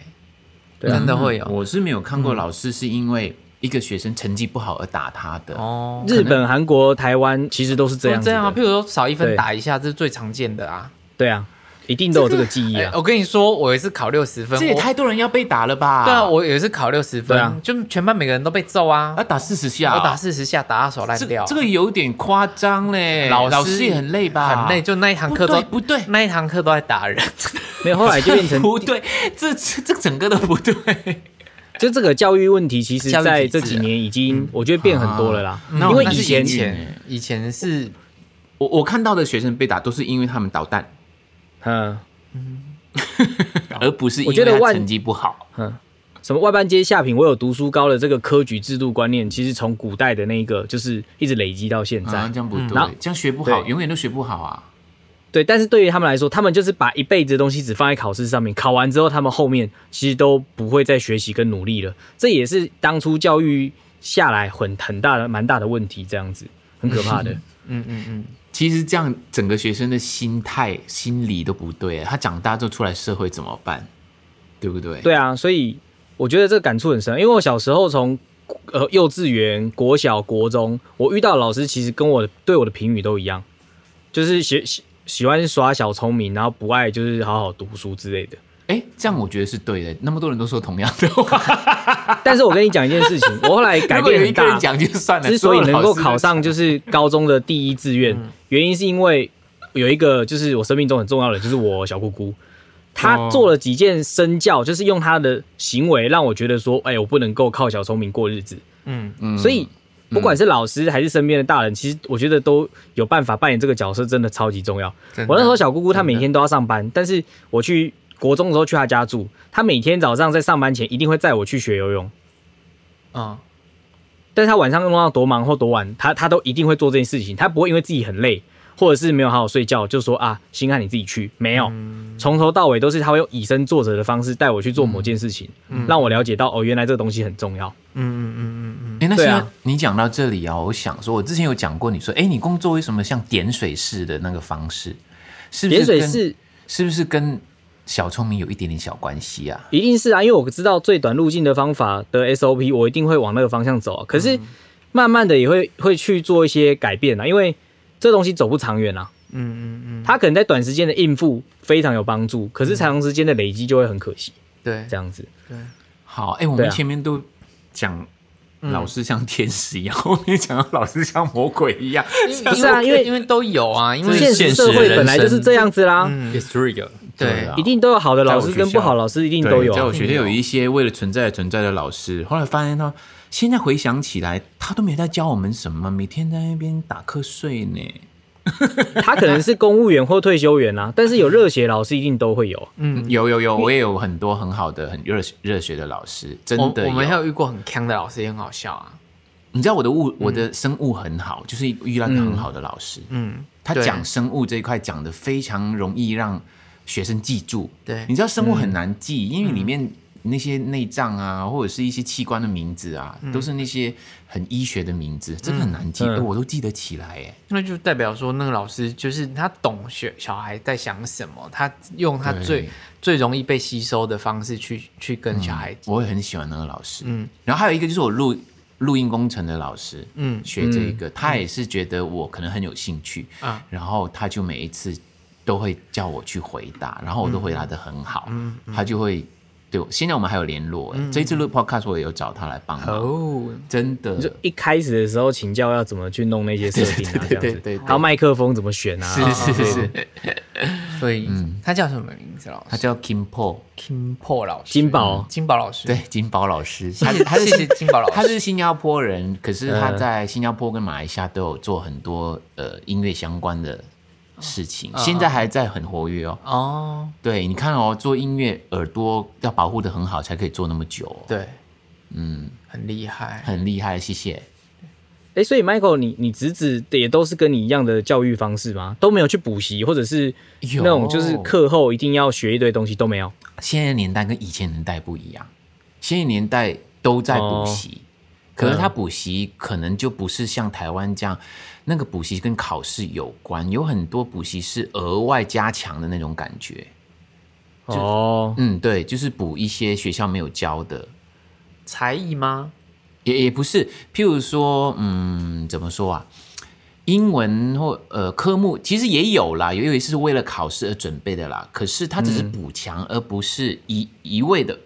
S4: 对啊
S3: 真的会有、
S2: 我是没有看过
S4: 嗯
S2: 老师是因为一个学生成绩不好而打他的。
S3: 哦。
S4: 日本、韩国、台湾其实都是这样
S3: 哦
S4: 子
S3: 这样啊，
S4: 的
S3: 譬，如说少一分
S4: 对
S3: 打一下，这是最常见的啊。
S4: 对啊，一定都有这个记忆
S3: 哎
S4: 啊。
S3: 我跟你说，我有一次考六十分，
S2: 这也
S3: 我
S2: 太多人要被打了吧？
S3: 对啊，我有一次考六十分，
S4: 对啊
S3: 就全班每个人都被揍啊
S2: 要，打四十下哦，
S3: 我打四十下，打到手烂
S2: 这
S3: 掉啊。
S2: 这个有点夸张嘞。
S3: 老师
S2: 师也很累吧？
S3: 很累，就那一堂课都
S2: 不对不对
S3: 那一堂课都在打人。
S4: 没有，后来就变
S3: 哎
S4: 成
S2: 不对，这这这整个都不 对。
S4: 就这个教育问题，其实
S3: 教育体
S4: 在
S3: 制啊嗯
S4: 这几年已经我觉得变很多了啦。
S2: 那
S4: 因
S2: 我
S4: 为
S2: 那
S4: 以
S2: 是
S4: 前
S3: 以
S2: 前
S3: 前以前是
S2: 我我看到的学生被打都是因为他们捣蛋，
S4: 嗯哦
S2: 而不是因
S4: 我觉
S2: 为
S4: 得
S2: 他
S4: 万
S2: 成绩不好。
S4: 嗯，什么外班接下品，我有读书高的这个科举制度观念，其实从古代的那一个就是一直累积到现在。
S2: 啊，这样不对，
S4: 然后
S2: 这样学不好，
S4: 嗯对
S2: 永远都学不好啊。
S4: 对，但是对于他们来说，他们就是把一辈子的东西只放在考试上面，考完之后，他们后面其实都不会再学习跟努力了。这也是当初教育下来很很大的蛮大的问题，这样子很可怕的。
S3: 嗯嗯嗯，
S2: 其实这样，整个学生的心态、心理都不对。啊他长大之后出来社会怎么办？对不对？
S4: 对啊，所以我觉得这个感触很深，因为我小时候从呃幼稚园、国小、国中，我遇到的老师其实跟我对我的评语都一样，就是喜喜喜欢耍小聪明，然后不爱就是好好读书之类的。
S2: 哎，这样我觉得是对的。那么多人都说同样的话，
S4: 但是我跟你讲一件事情，我后来改
S2: 如果
S4: 变
S2: 有一
S4: 很
S2: 个人
S4: 大，
S2: 讲就算了。
S4: 之所以能够
S2: 所有老师都嗯
S4: 考上就是高中的第一志愿，原因是因为有一个就是我生命中很重要的人，就是我小姑姑，
S2: 哦
S4: 她做了几件身教，就是用她的行为让我觉得说，哎、我不能够靠小聪明过日子。
S3: 嗯，
S2: 嗯
S4: 所以不管是老师还是身边的大人，其实我觉得都有办法扮演这个角色，真的超级重要。
S3: 真的
S4: 我那时候小姑姑她每天都要上班，但是我去国中的时候去她家住，她每天早上在上班前一定会载我去学游泳。
S3: 嗯
S4: 但是他晚上弄到多忙或多晚，他他都一定会做这件事情，他不会因为自己很累或者是没有好好睡觉就说啊，星汉你自己去，没有，
S2: 嗯
S4: 从头到尾都是他会用以身作则的方式带我去做某件事情，
S2: 嗯
S4: 让我了解到哦，原来这个东西很重要。
S3: 嗯嗯嗯嗯
S2: 哎，那现
S4: 对啊
S2: 在你讲到这里啊，我想说，我之前有讲过，你说，哎，你工作为什么像点水式的那个方式？是不
S4: 点
S2: 是
S4: 水
S2: 跟
S4: 是
S2: 是不是跟小聪明有一点点小关系啊？
S4: 一定是啊，因为我知道最短路径的方法的 SOP，我一定会往那个方向走啊。可
S2: 嗯
S4: 是慢慢的也会会去做一些改变啊，因为这东西走不长远啊。
S3: 嗯嗯嗯嗯，
S4: 他可能在短时间的应付非常有帮助，可
S2: 嗯
S4: 是长时间的累积就会很可惜。
S3: 对
S4: 这样子，
S2: 好，哎，我
S4: 对
S2: 们
S4: 啊嗯
S2: 前面都讲老师像天使一样， 后面讲到老师像魔鬼一样，
S3: 因，
S4: 不是啊
S3: 因
S4: 因为
S3: 因为都有啊，因为
S4: 现实社会本来就是这样子啦，
S3: 嗯
S5: It's real，
S3: 对
S2: 啊
S4: 一定都有好的老师
S2: 在我
S4: 跟
S2: 学校
S4: 不好老师，一定
S2: 对
S4: 都有
S2: 在
S4: 啊、
S2: 我学校有一些为了存在而存在的老师，后来发现他现在回想起来，他都没在教我们什么，每天在那边打瞌睡呢。
S4: 他可能是公务员或退休员 啊，但是有热血老师一定都会有。啊
S3: 嗯，
S2: 有有有，我也有很多很好的、很热血热血的老师，真
S3: 我
S2: 的
S3: 我们还
S2: 有
S3: 有遇过很强的老师，也很好笑啊。
S2: 你知道我的物，我的生物很好，就是遇到一个很好的老师，
S3: 嗯，
S2: 他
S3: 对
S2: 讲生物这一块讲的非常容易让学生记住。
S3: 对嗯
S2: 你知道生物很难记，因为里面那些内脏啊，或者是一些器官的名字啊，
S3: 嗯
S2: 都是那些很医学的名字，真的很难记，
S4: 嗯
S2: 哎我都记得起来哎。
S3: 那就代表说那个老师就是他懂学小孩在想什么，他用他最
S2: 对嗯
S3: 最容易被吸收的方式去去跟小孩。
S2: 我也很喜欢那个老师。
S3: 嗯
S2: 然后还有一个就是我录录音工程的老师，
S3: 嗯
S2: 学这一个，他也是觉得我可能很有兴趣，
S3: 啊
S2: 然后他就每一次都会叫我去回答，然后我都回答的很好，
S3: 嗯
S2: 他就会对我。现在我们还有联络，哎这一次录 podcast 我也有找他来帮忙，
S3: 哦，
S2: 真的
S4: 就一开始的时候请教要怎么去弄那些设定啊，这样
S2: 对对对对
S4: 子
S2: 对对，
S4: 还有麦克风怎么选啊，
S2: 是是是，
S3: 所以他叫什么名字？老师
S2: 嗯他叫 Kim Paul，
S3: 金破老师，嗯
S4: 金宝
S3: 金宝老师，
S2: 对，，金宝 老师，
S3: 他
S2: 他
S3: 是
S2: 是
S3: 他
S2: 他
S3: 是
S2: 是
S3: 谢谢金宝老
S2: 他
S3: 师，
S2: 是新加坡人，可是他
S4: 嗯
S2: 在新加坡跟马来西亚都有做很多呃音乐相关的事情，
S4: 啊
S2: 现在还在很活跃哦。
S3: 哦，
S2: 对，你看哦，做音乐耳朵要保护的很好，才可以做那么久、哦。，
S3: 对，
S2: 嗯，
S3: 很厉害。
S2: 很厉害，谢谢。
S4: 哎，所以 Michael，你你侄子也都是跟你一样的教育方式吗？都没有去补习，或者是
S2: 有
S4: 那种就是课后一定要学一堆东西都没有？
S2: 现在年代跟以前年代不一样，现在年代都在补习，
S4: 哦
S2: 可是他补习可能就不是像台湾这样，那个补习跟考试有关，有很多补习是额外加强的那种感觉。
S4: 哦，
S2: 嗯，对，就是补一些学校没有教的，
S3: 才艺吗？
S2: 也也不是，譬如说，嗯，怎么说啊？英文或呃科目其实也有啦，也有一些是为了考试而准备的啦。可是它只是补强，而不是一一味的
S4: 嗯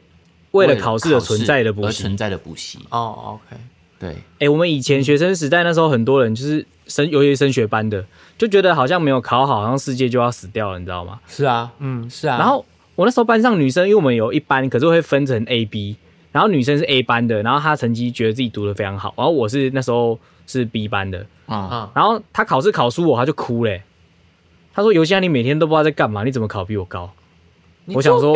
S4: 为了考试而存在的补习
S2: 而存在的补习。
S3: 哦，OK，
S2: 对，
S4: 哎、我们以前学生时代那时候，很多人就是升，尤其是升学班的，就觉得好像没有考好，好像世界就要死掉了，你知道吗？
S5: 是啊，
S3: 嗯，
S5: 是啊。
S4: 然后我那时候班上女生，因为我们有一班，可是会分成 A、B，然后女生是 A 班的，然后她成绩觉得自己读的非常好，然后我是那时候是 B 班的，
S2: 啊、
S4: 然后她考试考输我，她就哭嘞、她说：“尤啊佳，你每天都不知道在干嘛，你怎么考比我高？”我想说，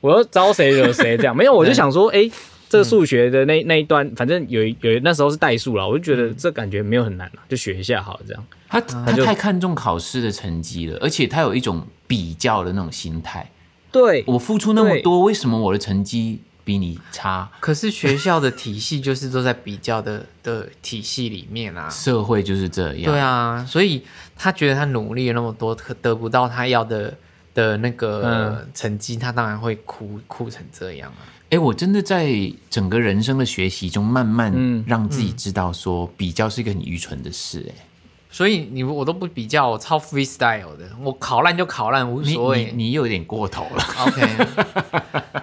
S4: 我要招谁惹谁这 样？没有，我就想说，哎、这个数学的那那一段，反正有一有一那时候是代数啦，我就觉得这感觉没有很难啦，就学一下好了这样。
S2: 他他太看重考试的成绩了，而且他有一种比较的那种心态。
S4: 对，
S2: 我付出那么
S4: 对
S2: 多，为什么我的成绩比你差？
S3: 可是学校的体系就是都在比较的的体系里面 啊。
S2: 社会就是这样。
S3: 对啊，所以他觉得他努力了那么多，可得不到他要的的那
S2: 嗯
S3: 个成绩，他当然会哭哭成这样啊。
S2: 哎，我真的在整个人生的学习中，慢慢
S4: 嗯
S2: 让自己知道说，比较是一个很愚蠢的事。哎，
S3: 所以你我都不比较，我超 freestyle 的，我考烂就考烂，无
S2: 你
S3: 所
S2: 你
S3: 谓。
S2: 你有点过头 了。
S3: OK，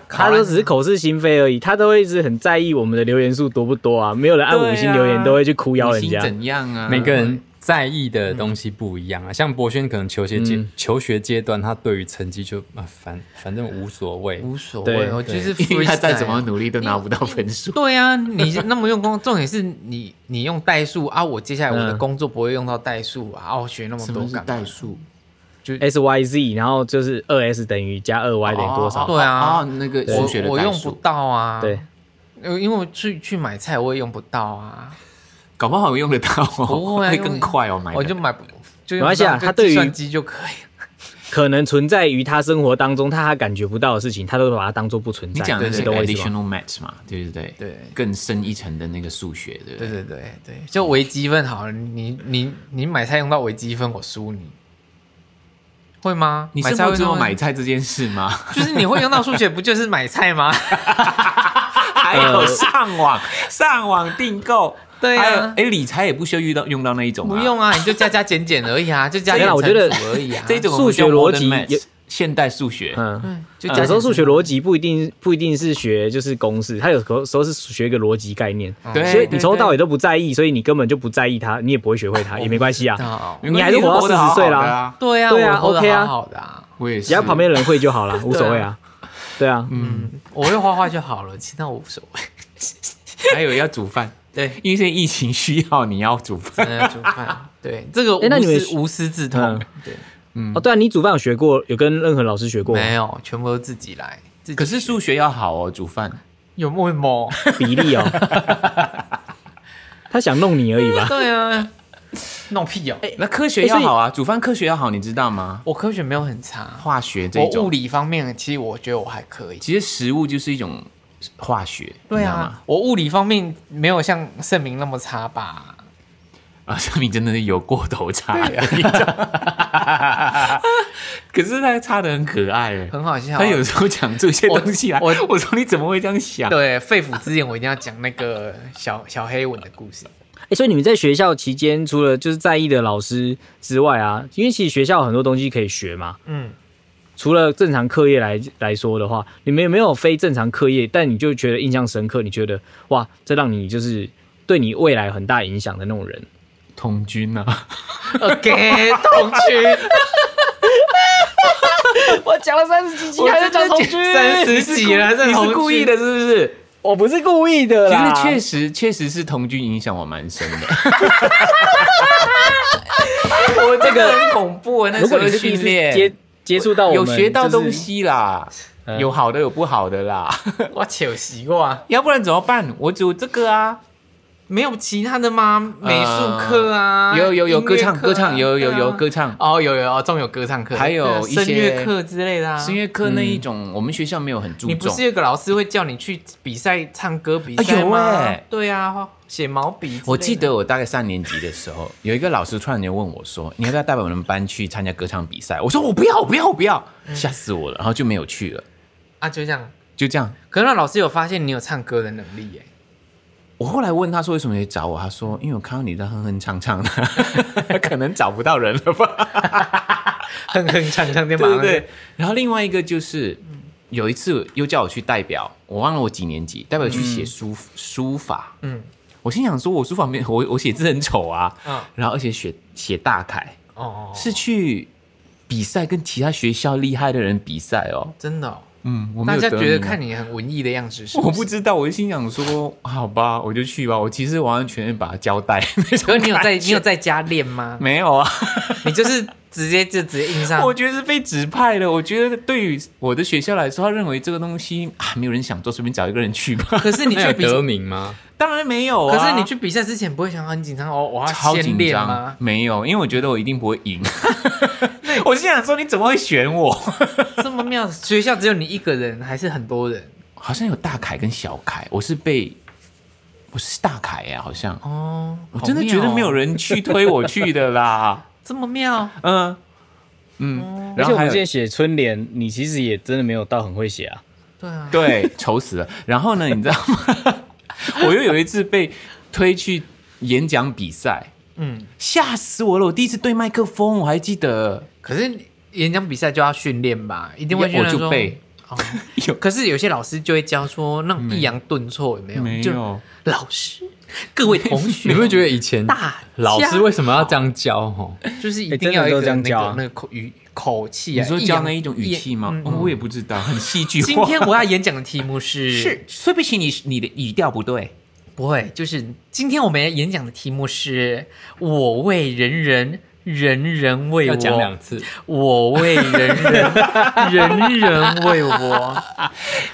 S4: 他都只是口是心非而已，他都会一直很在意我们的留言数多不多啊，没有人按五星留言都会去哭腰人
S2: 你
S4: 家
S2: 心。怎样
S3: 嗯
S2: 啊？
S5: 每个人在意的东西不一样啊，像博轩可能求学阶、求学阶段，他对于成绩就啊反反正无所谓，
S3: 无所谓，
S4: 对
S3: 我就是
S2: 因为
S3: freestyle。
S2: 他再怎么努力都拿不到分数。
S3: 对啊，你那么用功，重点是你你用代数啊，我接下来我的
S4: 嗯
S3: 工作不会用到代数啊，啊我学那么
S2: 什
S3: 多
S2: 么是
S3: 干
S2: 代
S3: 嘛？
S2: 数？
S4: S Y Z，然后就是二 S 等于加二 Y 等于多少？
S3: 对啊
S2: 哦，那个数学
S3: 我
S2: 的
S3: 我
S2: 代
S3: 用不
S2: 数，
S3: 到啊，
S4: 对，
S3: 呃，因为我去去买菜我也用不到啊，
S2: 搞不好我用得到
S3: 不
S2: 哦，
S3: 会啊
S2: 会
S3: 因为
S2: 更快哦，买的
S3: 我就买不就用不
S4: 没关
S3: 到
S4: 系啊
S3: 就
S4: 他对于
S3: 计算机就可以。
S4: 可能存在于他生活当中他还感觉不到的事情，他都会把它当做不存在。
S2: 你讲的
S4: 你
S2: 是
S4: 懂我意思吗？
S2: additional math 嘛，对不对？
S3: 对
S2: 更深一层的那个数学，对不
S3: 对
S2: 对？
S3: 对对对，就微积分好了，你你你买菜用到微积分，我输你，会吗？
S2: 你
S3: 买
S2: 生
S3: 菜
S2: 活
S3: 会
S2: 只有
S3: 用到
S2: 买，菜这件事 吗？
S3: 就是你会用到数学，不就是买菜 吗？
S2: 还有哎上网、上网订购，
S3: 呃对啊
S2: 还有哎、理财也不需要遇到用到那一种、啊，
S3: 不用啊，你就加加减减而已啊，就加
S4: 对啊
S3: 减乘
S4: 我觉得
S3: 除而已啊。
S2: 这种我
S4: 数
S2: 们叫
S4: 学逻
S2: modern
S4: 辑
S2: maths，
S4: 也
S2: 现代数学，
S4: 嗯，
S3: 就
S4: 有时候
S3: 减
S4: 数学逻辑不一定不一定是学就是公式，它有时候是学一个逻辑概念，
S2: 对，
S4: 所以你
S2: 对
S4: 从头到尾
S2: 对
S4: 都不在意，所以你根本就不在意它，你也不会学会它，也没关系啊。
S3: 到
S4: 你还是活到
S2: 得好好
S4: 40岁
S2: 的
S4: 啦
S2: 啊
S3: 对啊，
S4: 对啊
S3: 哦我活得
S4: OK 啊
S3: 好好的啊，
S2: 我也是，
S4: 只要旁边的人会就好了，无所谓啊。对啊，
S3: 嗯，我会画画就好了，其他我无所谓。
S2: 还有要煮饭，
S3: 对，
S2: 因为现在疫情需要你要 煮饭，
S3: 嗯，煮饭，对，这个
S4: 诶那
S3: 无
S4: 你们
S3: 师无师自通
S4: 嗯，
S3: 对，
S4: 哦，对啊，你煮饭有学过，有跟任何老师学过吗
S3: 没有，全部都自己来。自己
S2: 可是数学要好哦，煮饭
S3: 有没有？
S4: 比例哦？他想弄你而已吧？
S3: 对啊，弄屁哦！
S2: 那科学要好啊，煮饭科学要好，你知道吗？
S3: 我科学没有很差，
S2: 化学这
S3: 我物
S2: 种，
S3: 理方面其实我觉得我还可以。
S2: 其实食物就是一种化学，
S3: 对
S2: 你知道吗
S3: 啊，我物理方面没有像盛明那么差吧？
S2: 啊，上面真的是有过头差的一种， 可是他差的很可爱耶，
S3: 很好笑啊。
S2: 他有时候讲出一些东西来，
S3: 我
S2: 我
S3: 我
S2: 说你怎么会这样想？
S3: 对肺腑之言，我一定要讲那个小小黑文的故事。
S4: 欸，所以你们在学校期间，除了就是在意的老师之外啊，因为其实学校有很多东西可以学嘛。
S3: 嗯，
S4: 除了正常课业来来说的话，你们有没有非正常课业，但你就觉得印象深刻？你觉得哇，这让你就是对你未来有很大影响的那种人？
S2: 童军啊，
S3: OK，同居。
S4: 我讲了三十几集
S3: 还在讲同居三十几了还在
S2: 你
S3: 童
S2: 是
S3: 军
S2: 故意的，是不是？
S4: 我不是故意的
S2: 其实
S4: 啦。
S2: 确实确实是童军影响我蛮深 的，
S4: 我这
S2: 这
S4: 个，
S2: 很恐怖啊！那
S4: 如
S2: 时
S4: 果
S2: 候
S4: 你是第一
S2: 训
S4: 次接
S2: 练
S4: 接触到我
S2: 有
S4: 们，
S2: 学到
S4: 就是
S2: 东，西啦，有好的有不好的啦，
S3: 我糗习过啊，
S2: 要不然怎么办？我只有这个啊，
S3: 没有其他的吗？美术课啊，
S2: 呃有有有歌唱
S3: 音乐课啊
S2: 歌唱有有有歌唱，
S3: 哦，有有哦，中有歌唱课，
S2: 嗯
S3: 啊
S2: 还有一些
S3: 声乐课之类的啊。
S2: 声乐课那一种，我们学校没有很注
S3: 你不
S2: 重
S3: 是。有个老师会叫你去比赛唱歌比
S2: 啊
S3: 赛
S2: 有
S3: 吗？
S2: 欸
S3: 对啊，写毛笔之类的。
S2: 我记得我大概三年级的时候，有一个老师突然间问我说：“你要不要代表我们班去参加歌唱比赛？”我说：“我不要，我不要，我不要！”吓死我了，然后就没有去了。
S3: 啊，就这样。
S2: 就这样，
S3: 可是那老师有发现你有唱歌的能力耶，
S2: 我后来问他说为什么没找我，他说：“因为我看到你在哼哼唱唱的， 可能找不到人了吧。”
S3: 哼哼唱唱就马
S2: 对
S3: 上
S2: 对对。然后另外一个就是，有一次又叫我去代表，我忘了我几年级，代表去写书、书法。
S3: 嗯
S2: 我心想说，我书法没 我我写字很丑啊，
S3: 嗯
S2: 然后而且写写大楷，
S3: 哦哦，
S2: 是去比赛跟其他学校厉害的人比赛哦。
S3: 真的、哦，
S2: 嗯，我没
S3: 大
S2: 有
S3: 家觉
S2: 得
S3: 得
S2: 名啊
S3: 看你很文艺的样子是
S2: 我
S3: 不
S2: 不
S3: 是，
S2: 知道，我就心想说，好吧，我就去吧。我其实完完全全把它交代，
S3: 可是你有在你有在家练吗？
S2: 没有啊。
S3: 你就是直接就直接印上，
S2: 我觉得是被指派的。我觉得对于我的学校来说，他认为这个东西啊，没有人想做，随便找一个人去吧。
S3: 可是你
S5: 那有
S3: 去比，
S5: 得名吗？
S2: 当然没有、啊，
S3: 可是你去比赛之前不会想很紧张哦，我
S2: 超
S3: 要
S2: 紧
S3: 先练
S2: 张
S3: 吗，？
S2: 没有，因为我觉得我一定不会 赢。我心想说，你怎么会选我？
S3: 这么妙， 学校只有你一个人还是很多人？
S2: 好像有大凯跟小凯，我是被我是大凯呀、好像、
S3: 哦，
S2: 我真的觉得没有
S3: 人
S2: 人去推我去的 啦。
S3: 这么妙，
S2: 嗯
S3: 哦
S2: 嗯，
S4: 而
S2: 然
S4: 且
S2: 后
S4: 我
S2: 还
S4: 们之前
S2: 有
S4: 写春联，你其实也真的没有到很会写啊。
S3: 对啊，
S2: 对，愁死了。然后呢，你知道吗？ 我又有一次被推去演讲比赛。
S3: 嗯，
S2: 吓死我了！我第一次对麦克风，我还记得，
S3: 可是演讲比赛就要训练吧，一定会训
S2: 我
S3: 练
S2: 就
S3: 说。
S2: 背
S3: 哦
S2: 有
S3: 可是有些老师就会教说那种抑扬顿挫，有没有？就
S2: 有，
S3: 老师，各位同 学，
S5: 你会觉得以前
S3: 大
S5: 老
S3: 家
S5: 师为什么要这样教？吼，
S3: 就是一
S4: 哎
S3: 定
S4: 真的
S3: 要
S4: 都
S3: 有一
S4: 这
S3: 个
S4: 样
S3: 那
S4: 教
S3: 个
S4: 啊
S3: 那个口语口气
S2: 你
S3: 啊，
S2: 说
S3: 抑
S2: 教
S3: 扬
S2: 那一种语气吗？
S3: 嗯
S2: 哦我也不知道，很戏剧化。
S3: 今天我要演讲的题目是
S2: 是对不起你，你的语调不对。
S3: 不会，就是今天我们要演讲的题目是“我为人人，人人为我”，
S5: 要讲两次，
S3: 我为人人，人人为我。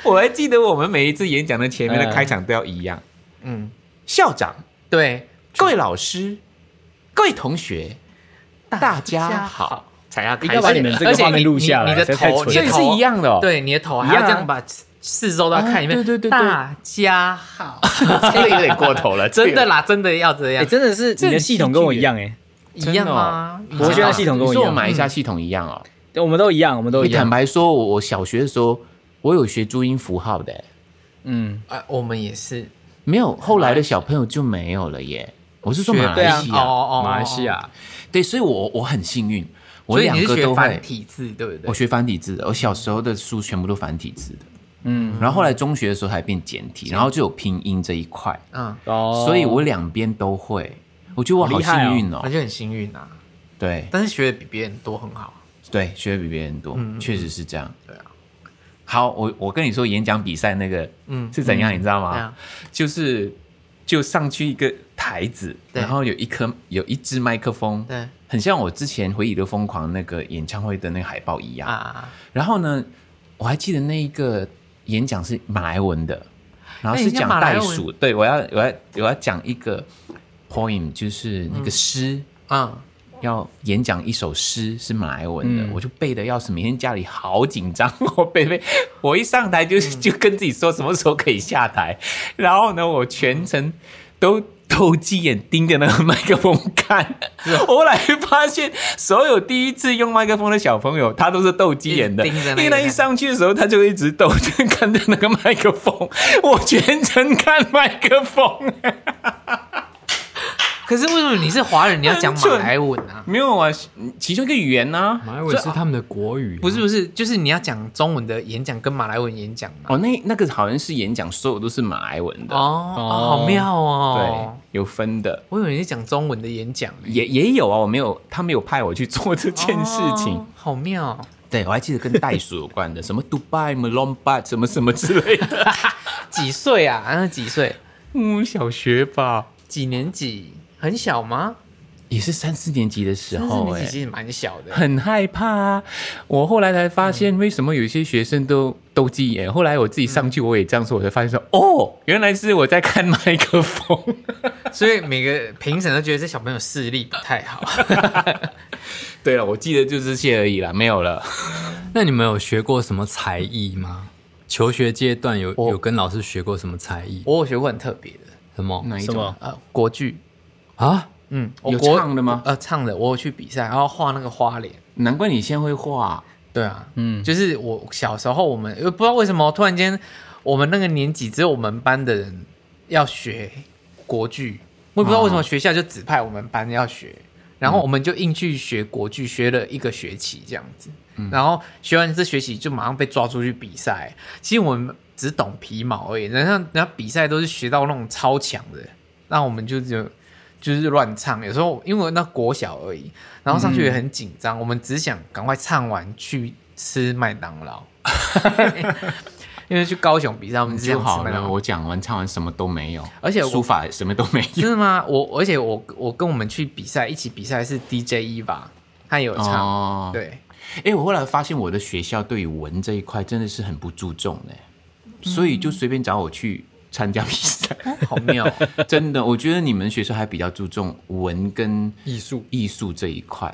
S2: 我还记得我们每一次演讲的前面
S4: 嗯
S2: 的开场都要一样。
S3: 嗯，
S2: 校长、
S3: 对，
S2: 各位老师、各位同学，大家好，
S3: 才要
S4: 应该把你们这个画面录下来
S3: 你的
S4: 这太
S3: 头，
S4: 蠢
S3: 你
S2: 这
S3: 的
S2: 也
S3: 头
S2: 是一，样的哦。
S3: 对，你的头
S2: 一
S3: 还
S2: 样
S3: 要
S2: 啊
S3: 这样把四周都要看一遍。
S2: 啊对对对对
S3: 大家好，
S2: 这个有点过头了，
S3: 真的啦，真的要这
S4: 哎，
S3: 样，
S4: 真的是你的系统跟我一样哎，
S3: 一样吗？
S2: 真的哦
S4: 国
S3: 一
S4: 学
S3: 样
S4: 的
S3: 啊
S4: 系统跟我
S2: 你
S4: 一
S2: 说我
S4: 样，
S2: 马来西亚系统一样哦。
S4: 哎我们都一样，我们都
S2: 我
S4: 一
S2: 坦
S4: 样。
S2: 白说，我我小学的时候，我有学注音符号的，
S4: 嗯，
S3: 啊，我们也是。
S2: 没有后来的小朋友就没有了耶。我是说马
S4: 对
S2: 来
S4: 啊
S2: 西
S3: 哦
S2: 亚，
S3: 哦哦，
S5: 马来西，亚
S2: 对，所以我我很幸运，我
S3: 所以
S2: 两
S3: 你是
S2: 个
S3: 学
S2: 都
S3: 繁
S2: 会。
S3: 体字对不对？
S2: 我学繁体字的，我小时候的书全部都繁体字的，嗯，然后后来中学的时候才变简体，然后就有拼音这一块，
S3: 嗯，
S4: 哦，
S2: 所以我两边都会，我觉得我
S4: 好
S2: 好
S4: 厉害哦
S2: 幸运哦
S3: 那，就很幸运啊。
S2: 对
S3: 但是学的比别人多很好。啊
S2: 对，学的比别人多，
S3: 嗯
S2: 确实是这样。
S3: 对啊，
S2: 好，我我跟你说演讲比赛那个，
S3: 嗯
S2: 嗯，是怎样，你知道
S3: 对
S2: 吗
S3: 啊？，
S2: 就是就上去一个台子，
S3: 对
S2: 然后有一颗有一支麦克风，
S3: 对啊
S2: 很像我之前《回忆的疯狂》那个演唱会的那个海报一样。
S3: 啊，
S2: 然后呢，我还记得那一个演讲是马来文的，然后
S3: 哎
S2: 是
S3: 人家
S2: 讲
S3: 马来
S2: 袋
S3: 文
S2: 鼠。对我要我要我要讲一个 poem，就是那个诗。
S3: 嗯，
S2: 要演讲一首诗是马来文的，
S4: 嗯
S2: 我就背的要死，每天家里好紧张， 我背背，我一上台就是、就跟自己说什么时候可以下台，然后呢，我全程都投机眼盯着那个麦克风看，我后来发现所有第一次用麦克风的小朋友，他都是斗鸡眼的，
S3: 一直盯着那个
S2: 因为他一上去的时候，他就一直斗，就看着那个麦克风， 我全程看麦克风。
S3: 可是为什么你是华人，你要 讲马来文啊？
S2: 没有啊，其中一个语言呢、
S5: 马来文是他们的国语，啊
S3: 不是不是，就是你要讲中文的演讲跟马来文演讲嘛。
S2: 哦，那那个好像是演讲，所有都是马来文的，
S3: 哦，哦好妙哦。
S2: 对，有分的，
S3: 我以为你是讲中文的演讲呢，
S2: 也也有啊，我没有，他没有派我去做这件事情。
S3: 哦好妙。
S2: 对，我还记得跟袋鼠有关 的，什么 Dubai、m a l o m b a 什么什么之类的。
S3: 几岁啊？啊，几岁？
S2: 嗯，小学吧，
S3: 几年级？很小吗？
S2: 也是三四年级的时
S3: 但是
S2: 候、
S3: 年纪
S2: 哎，
S3: 其实蛮小的。
S2: 很害怕啊。我后来才发现，为什么有一些学生都、斗鸡眼。后来我自己上去，我也这样说，我才发现说，哦，原来是我在看麦克风。
S3: 所以每个评审都觉得这小朋友视力不太 好。
S2: 对了，我记得就这些而已啦，没有了。
S5: 那你们有学过什么才艺吗？求学阶段有有跟老师学过什么才艺？
S3: 我有学过很特别的，
S5: 什么
S2: 哪一
S4: 什
S2: 种
S4: 么？
S3: 呃，国剧，
S5: 啊？
S3: 嗯，我
S2: 有
S3: 国
S2: 哦唱的吗？
S3: 呃，唱的，我有去比赛，然后画那个花脸。
S2: 难怪你现在会画，
S3: 对啊，
S2: 嗯，
S3: 就是我小时候，我们呃不知道为什么突然间，我们那个年级只有我们班的人要学国剧，我也不知道为什么学校就指派我们班要学，然后我们就硬去学国剧，学了一个学期这样子，然后学完这学期就马上被抓出去比赛。其实我们只懂皮毛而已，人家人家比赛都是学到那种超强的，那我们就只有就是乱唱，有时候因为那国小而已，然后上去也很紧张，我们只想赶快唱完去吃麦当 劳，因为去高雄比赛，我们只想
S2: 就
S3: 吃
S2: 好
S3: 麦当
S2: 了。
S3: 劳。
S2: 我讲完唱完什么都没有，
S3: 而且我
S2: 书法什么都没 有。
S3: 真的吗？我而且我我跟我们去比赛一起比赛是 DJ 一吧，他也有唱，
S2: 哦，
S3: 对，
S2: 哎、我后来发现我的学校对于文这一块真的是很不注重的、所以就随便找我去参加比赛，
S3: 嗯 好妙哦、
S2: 真的，我觉得你们学校还比较注重文跟
S5: 艺术？
S2: 艺术这一块，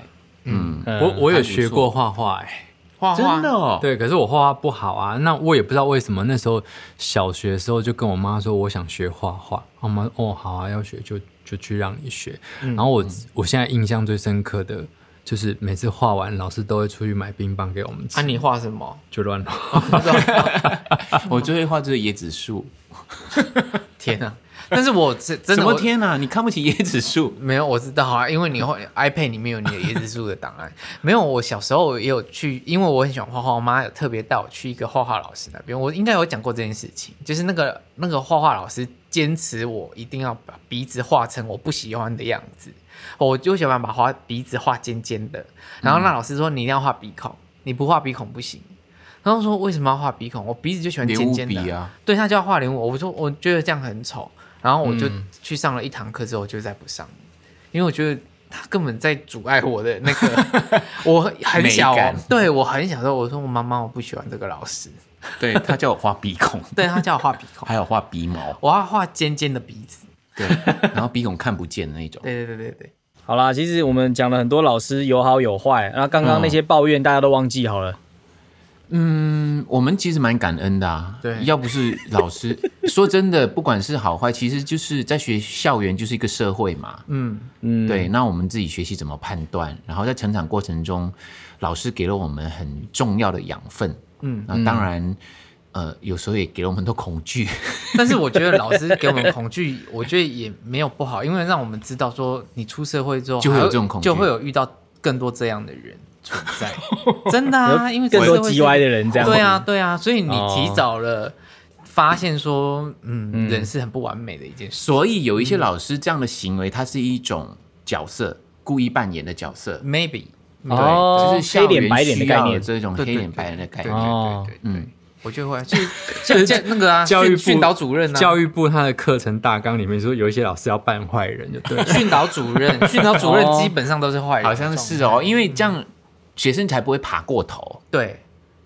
S3: 呃
S4: 嗯
S5: 我我有
S2: 还不错
S5: 学过画画哎，
S3: 画画
S2: 真的哦，
S5: 对，可是我画画不好啊。那我也不知道为什么，那时候小学的时候就跟我妈说我想学画画，我妈哦好啊，要学就就去让你学。
S3: 嗯
S5: 然后我、我现在印象最深刻的就是每次画完，老师都会出去买冰棒给我们吃，
S3: 啊，你画什么？
S5: 就乱画。
S2: 啊我最会画就是椰子树，
S3: 天啊！但是我真真
S2: 什
S3: 的
S2: 么
S3: 我
S2: 天啊，你看不起椰子树？
S3: 没有，我知道啊，因为你会 iPad 里面有你的椰子树的档案。 没有，我小时候也有去，因为我很喜欢画画，我妈有特别带我去一个画画老师那边。我应该有讲过这件事情，就是那个那个画画老师坚持我一定要把鼻子画成我不喜欢的样子，我就喜欢把画鼻子画尖尖的。然后那老师说你一定要画鼻孔，你不画鼻孔不行。然后说为什么要画鼻孔？我鼻子就喜欢
S2: 莲
S3: 尖
S2: 雾
S3: 尖的
S2: 笔。啊，
S3: 对他就要画脸我，我说我觉得这样很丑，然后我就
S2: 嗯
S3: 去上了一堂课之后，我就再不上了，因为我觉得他根本在阻碍我的那 个，我很小哦
S2: 美感，
S3: 对我很小的时候，我说我妈妈我不喜欢这个老师，
S2: 对他叫我画鼻孔，
S3: 对他叫我画鼻 孔，
S2: 还有画鼻毛，
S3: 我要画尖尖的鼻子，
S2: 对，然后鼻孔看不见的那种。
S3: 对对对对对，
S4: 好啦，其实我们讲了很多老师有好有坏，那刚刚那些抱怨大家都忘记好了。
S2: 嗯，我们其实蛮感恩的啊。
S3: 对
S2: 要不是老师， 说真的，不管是好坏，其实就是在学校园就是一个社会嘛。
S3: 嗯，
S4: 嗯，
S2: 对，那我们自己学习怎么判断，然后在成长过程中，老师给了我们很重要的养分。
S3: 嗯
S2: 嗯，那当然，呃，有时候也给了我们很多恐惧。
S3: 但是我觉得老师给我们恐惧，我觉得也没有不好，因为让我们知道说你出社会之后
S2: 就会有
S3: 还
S2: 这种恐惧
S3: 就会有遇到更多这样的人存在，真的啊，因为
S4: 更
S3: 出社
S4: 多
S3: 会
S4: 叽
S3: 之后
S4: 歪的人这样。
S3: 对啊，对啊，所以你
S4: 哦
S3: 提早了发现说，嗯，人是很不完美的一件事，
S2: 所以有一些老师这样的行为，它是一种角色，故意扮演的角色。
S3: maybe，
S2: 对，
S4: 哦
S2: 就是校
S4: 黑脸
S2: 园
S4: 白脸的
S2: 需要
S4: 概念
S2: 这种
S3: 对
S2: 黑
S3: 对
S2: 脸
S3: 对
S2: 白脸的概
S3: 对对
S2: 念。
S4: 哦
S3: 对对对
S2: 嗯，
S3: 我就会去就就那个啊，
S5: 教育
S3: 训
S5: 部
S3: 训导主任啊，。
S5: 教育部他的课程大纲里面说，有一些老师要扮坏人，就对了
S3: 训导主任，训导主任
S4: 哦
S3: 基本上都是坏人，
S2: 好像是哦，因
S3: 为
S2: 为这样学生才不会爬过头，
S3: 对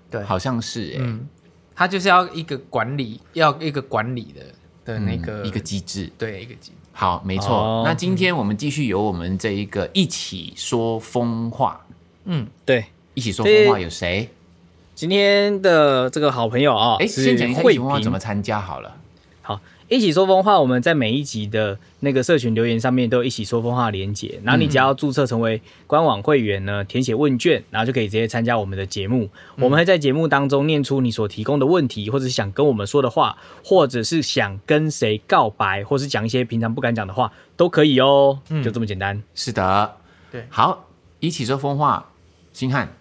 S3: 对，
S2: 好像是哎、
S3: 嗯，他就是要一个管理，要一个管理的的那
S2: 嗯
S3: 个
S2: 一个机制。
S3: 对一个机
S2: 好，没错。
S4: 哦
S2: 那今天我们继续由我们这一个一起说风话，
S4: 对，
S2: 一起说风话有谁？
S4: 今天的这个好朋友啊，
S2: 哎，
S4: 是
S2: 先讲一下一
S4: 慧
S2: 起说风话
S4: 萍
S2: 怎么参加好了。
S4: 好，一起说风话，我们在每一集的那个社群留言上面都有一起说风话的连接，然后你只要注册成为官网会员呢，填写问卷，然后就可以直接参加我们的节目。我们会在节目当中念出你所提供的问题，或者是想跟我们说的话，或者是想跟谁告白，或是讲一些平常不敢讲的话，都可以哦。就这么简单。
S2: 是的，
S3: 对
S2: 好，一起说风话，星汉，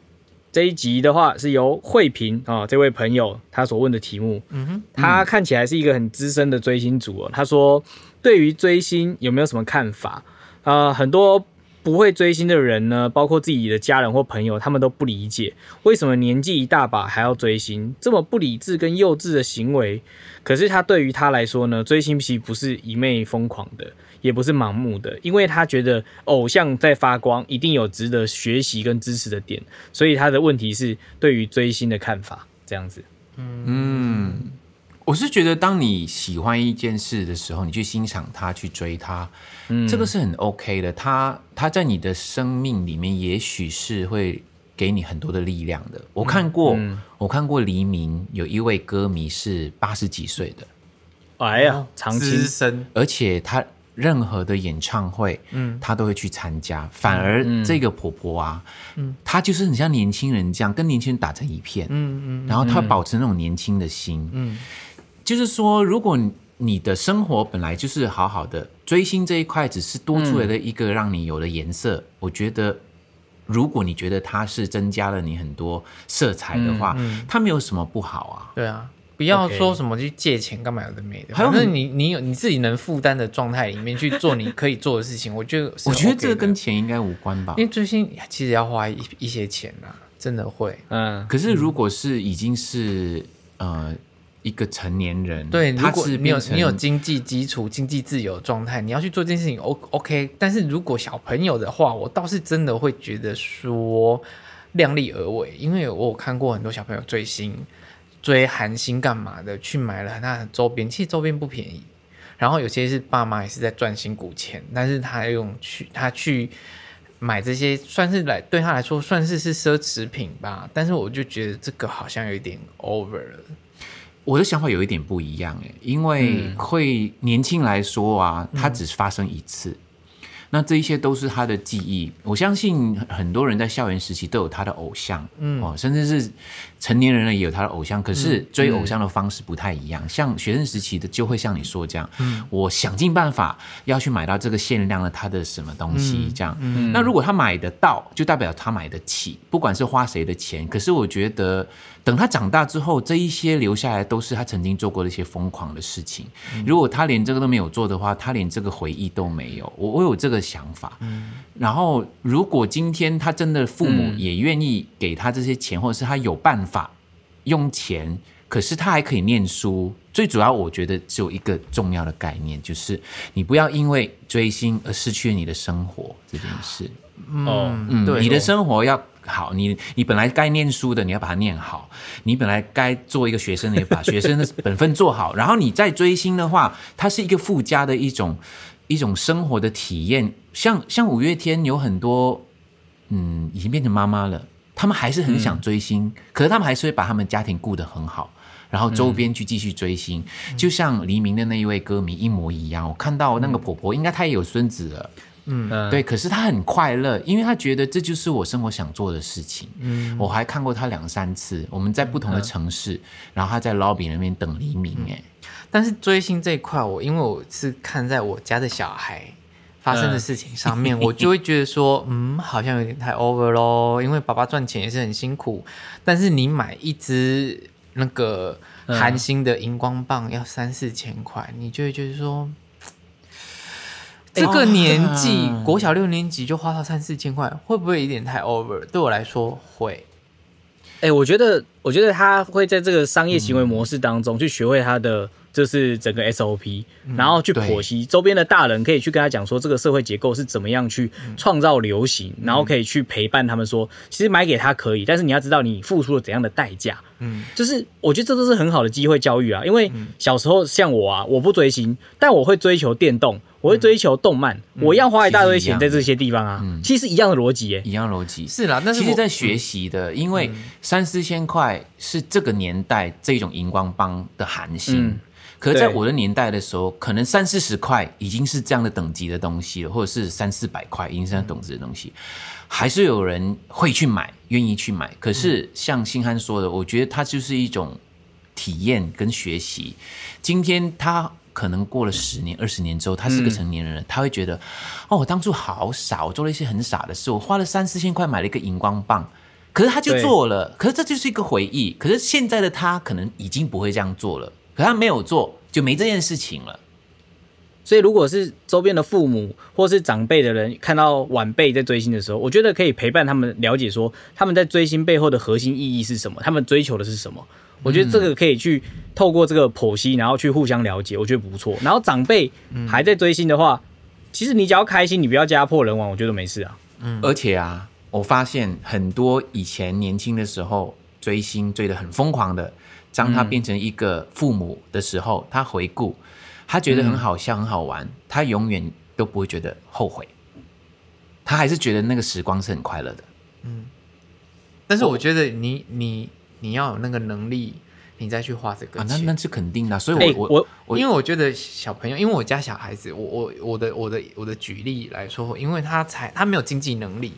S4: 这一集的话是由慧萍啊、这位朋友他所问的题目，嗯哼，他看起来是一个很资深的追星族哦。他说，对于追星有没有什么看法？呃，很多不会追星的人呢，包括自己的家人或朋友，他们都不理解为什么年纪一大把还要追星，这么不理智跟幼稚的行为。可是他对于他来说呢，追星其实不是一昧疯狂的，也不是盲目的，因为他觉得偶像在发光，一定有值得学习跟支持的点。所以他的问题是对于追星的看法，这样子。
S2: 嗯，我是觉得当你喜欢一件事的时候，你去欣赏它，去追它，
S3: 嗯
S2: 这个是很 OK 的。它它在你的生命里面，也许是会给你很多的力量的。我看过，
S3: 嗯
S2: 我看过黎明有一位歌迷是八十几岁的，
S4: 哎呀，
S3: 哦
S4: 长青
S3: 资深，
S2: 而且她任何的演唱会，嗯，她都会去参加。反而
S3: 嗯
S2: 这个婆婆啊，嗯，她就是很像年轻人这样，跟年轻人打成一片，
S3: 嗯嗯
S2: 然后她保持那种年轻的心，
S3: 嗯
S2: 就是说，如果你的生活本来就是好好的，追星这一块只是多出来的一个让你有了颜
S3: 嗯
S2: 色，我觉得。如果你觉得它是增加了你很多色彩的话，
S3: 嗯
S2: 它没有什么不好啊。
S3: 对啊。不要
S4: OK
S3: 说什么去借钱干嘛有的没的，
S2: 还有
S3: 反
S2: 很
S3: 正你你有你自己能负担的状态里面去做你可以做的事情，我觉得是
S2: 我觉得
S3: OK
S2: 这个跟
S3: 的
S2: 钱应该无关吧
S3: 因。为追星其实要花一一些钱啊，真的会。
S4: 嗯，
S2: 可是如果是已经是呃一个成年人，
S3: 对，如
S2: 他
S3: 果
S2: 是
S3: 你有
S2: 变成
S3: 你有经济基础、经济自由的状态，你要去做这件事情，O OK。但是如果小朋友的话，我倒是真的会觉得说量力而为，因为我有看过很多小朋友追星、追韩星干嘛的，去买了很大的周边，其实周边不便宜。然后有些是爸妈也是在赚辛苦钱，但是他用去他去买这些，算是来对他来说算是是奢侈品吧。但是我就觉得这个好像有一点 over 了。
S2: 我的想法有一点不一样诶，因为会年轻来说啊，它只发生一次，那这一些都是他的记忆。我相信很多人在校园时期都有他的偶像，嗯，哦，甚至是成年人了也有他的偶像，可是追偶像的方式不太一样。像学生时期的就会像你说这样，我想尽办法要去买到这个限量的他的什么东西，这样。那如果他买得到，就代表他买得起，不管是花谁的钱。可是我觉得，等他长大之后，这一些留下来都是他曾经做过的一些疯狂的事情。如果他连这个都没有做的话，他连这个回忆都没有。我我有这个想法。然后，如果今天他真的父母也愿意给他这些钱，或者是他有办法用钱，可是他还可以念书。最主要，我觉得只有一个重要的概念，就是你不要因为追星而失去你的生活这件事。
S4: 哦
S2: 嗯，
S3: 对
S2: 你的生活要好，你你本来该念书的，你要把它念好；你本来该做一个学生的，也把学生的本分做好。然后你再追星的话，它是一个附加的一种一种生活的体验。像像五月天有很多，嗯，已经变成妈妈了，他们还是很想追星，可是他们还是会把他们家庭顾得很好。然后周边去继续追星，就像黎明的那一位歌迷一模一样。我看到那个婆婆，应该她也有孙子了，
S4: 嗯
S2: 对，可是他很快乐，因为他觉得这就是我生活想做的事情。嗯，我还看过他两三次，我们在不同的城市，然后他在 lobby 那边等黎明、哎、
S3: 但是追星这一块，我因为我是看在我家的小孩发生的事情上面， 我就会觉得说，嗯，好像有点太 over 咯。因为爸爸赚钱也是很辛苦，但是你买一支那个韩星的荧光棒要三四千块，你就会觉得说。嗯这个年纪，
S2: 哦
S3: 国小六年级就花到三四千块，会不会有点太 over？对我来说会，
S4: 哎、我觉得，我觉得他会在这个商业行为模式当中去学会他的，就是整个 SOP，、然后去剖析周边的大人，可以去跟他讲说这个社会结构是怎么样去创造流行，然后可以去陪伴他们说，其实买给他可以，但是你要知道你付出了怎样的代价。
S3: 嗯，
S4: 就是我觉得这都是很好的机会教育啊，因为小时候像我啊，我不追星，但我会追求电动，我会追求动漫，我要花一大堆钱在这些地方啊，其实一样的逻辑耶、
S2: 一样逻辑。
S3: 是啦。但是
S2: 其实，
S3: 我
S2: 在学习的，因为三四千块是这个年代这种荧光棒的韩星。
S4: 嗯
S2: 可是在
S4: 对
S2: 我的年代的时候，可能三四十块已经是这样的等级的东西了，或者是三四百块已经是这样等级的东西，还是有人会去买，愿意去买。可是像星汉说的，我觉得它就是一种体验跟学习。今天他可能过了十年、二十年之后，他是个成年人了，他会觉得，哦，我当初好傻，我做了一些很傻的事，我花了三四千块买了一个荧光棒。可是他就
S4: 对
S2: 做了，可是这就是一个回忆。可是现在的他可能已经不会这样做了，可他没有做，就没这件事情了。
S4: 所以，如果是周边的父母或是长辈的人看到晚辈在追星的时候，我觉得可以陪伴他们了解说他们在追星背后的核心意义是什么，他们追求的是什么。我觉得这个可以去透过这个剖析，然后去互相了解，我觉得不错。然后长辈还在追星的话，其实你只要开心，你不要家破人亡，我觉得没事啊。
S2: 而且啊，我发现很多以前年轻的时候追星追得很疯狂的，当他变成一个父母的时候，他回顾，他觉得很好笑、很好玩，他永远都不会觉得后悔，他还是觉得那个时光是很快乐的。
S3: 但是我觉得你你你要有那个能力，你再去画这个
S2: 啊，
S3: 钱。
S2: 那那是肯定的啊，所
S4: 哎、
S2: 以我、我
S4: 我
S2: 我
S3: 因为我觉得小朋友，因为我家小孩子，我我我的我的我的举例来说，因为他才他没有经济能力，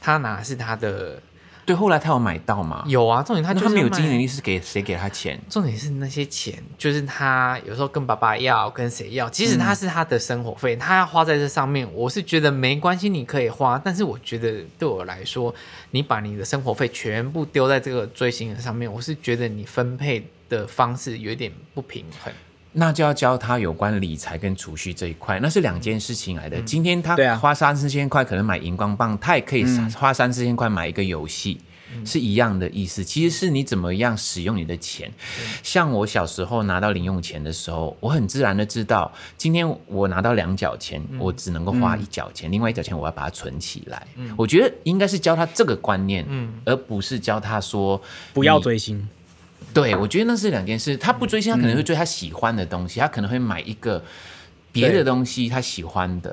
S3: 他拿的是他的
S2: 对后来他有买到嘛？
S3: 有啊，重点他
S2: 那
S3: 就是
S2: 他没有
S3: 卖
S2: 经济能力是给谁给他钱？
S3: 重点是那些钱，就是他有时候跟爸爸要，跟谁要，即使
S2: 嗯
S3: 他是他的生活费，他要花在这上面，我是觉得没关系，你可以花。但是我觉得对我来说，你把你的生活费全部丢在这个追星的上面，我是觉得你分配的方式有点不平衡。
S2: 那就要教他有关理财跟储蓄这一块，那是两件事情来的。今天他
S4: 对啊嗯
S2: 花三四千块可能买荧光棒，他也可以花三四千块买一个游戏，是一样的意思。其实是你怎么样使用你的钱。
S4: 嗯
S2: 像我小时候拿到零用钱的时候，我很自然的知道，今天我拿到两角钱，
S4: 嗯
S2: 我只能够花一角钱，另外一角钱我要把它存起来。
S4: 嗯
S2: 我觉得应该是教他这个观念，而不是教他说
S4: 不要
S2: 你
S4: 追星，
S2: 对，我觉得那是两件事。他不追星，他可能会追他喜欢的东西，他可能会买一个别的东西他喜欢的。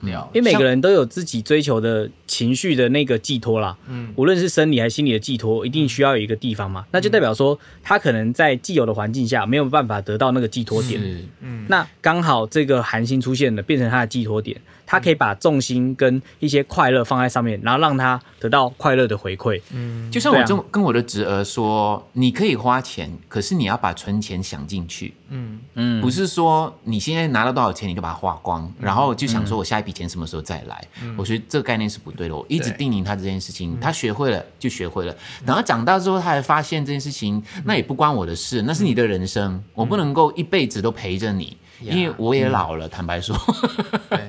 S3: 了
S4: 因为每个人都有自己追求的情绪的那个寄托啦。
S3: 嗯
S4: 无论是生理还是心理的寄托，一定需要有一个地方嘛。那就代表说，他可能在既有的环境下没有办法得到那个寄托点。
S2: 是，
S3: 嗯，
S4: 那刚好这个韩星出现了，变成他的寄托点，他可以把重心跟一些快乐放在上面，然后让他得到快乐的回馈。
S2: 就像我
S4: 对啊
S2: 跟、跟我的侄儿说，你可以花钱，可是你要把存钱想进去，
S3: 嗯
S4: 嗯，
S2: 不是说你现在拿到多少钱你就把它花光，然后就想说我下一笔钱什么时候再来。我觉得这个概念是不对的，我一直
S3: 对
S2: 叮咛他这件事情，他学会了就学会了，然后长大之后他还发现这件事情，那也不关我的事，那是你的人生，我不能够一辈子都陪着你，
S3: 呀
S2: 因为我也老了，坦白说，
S3: 对，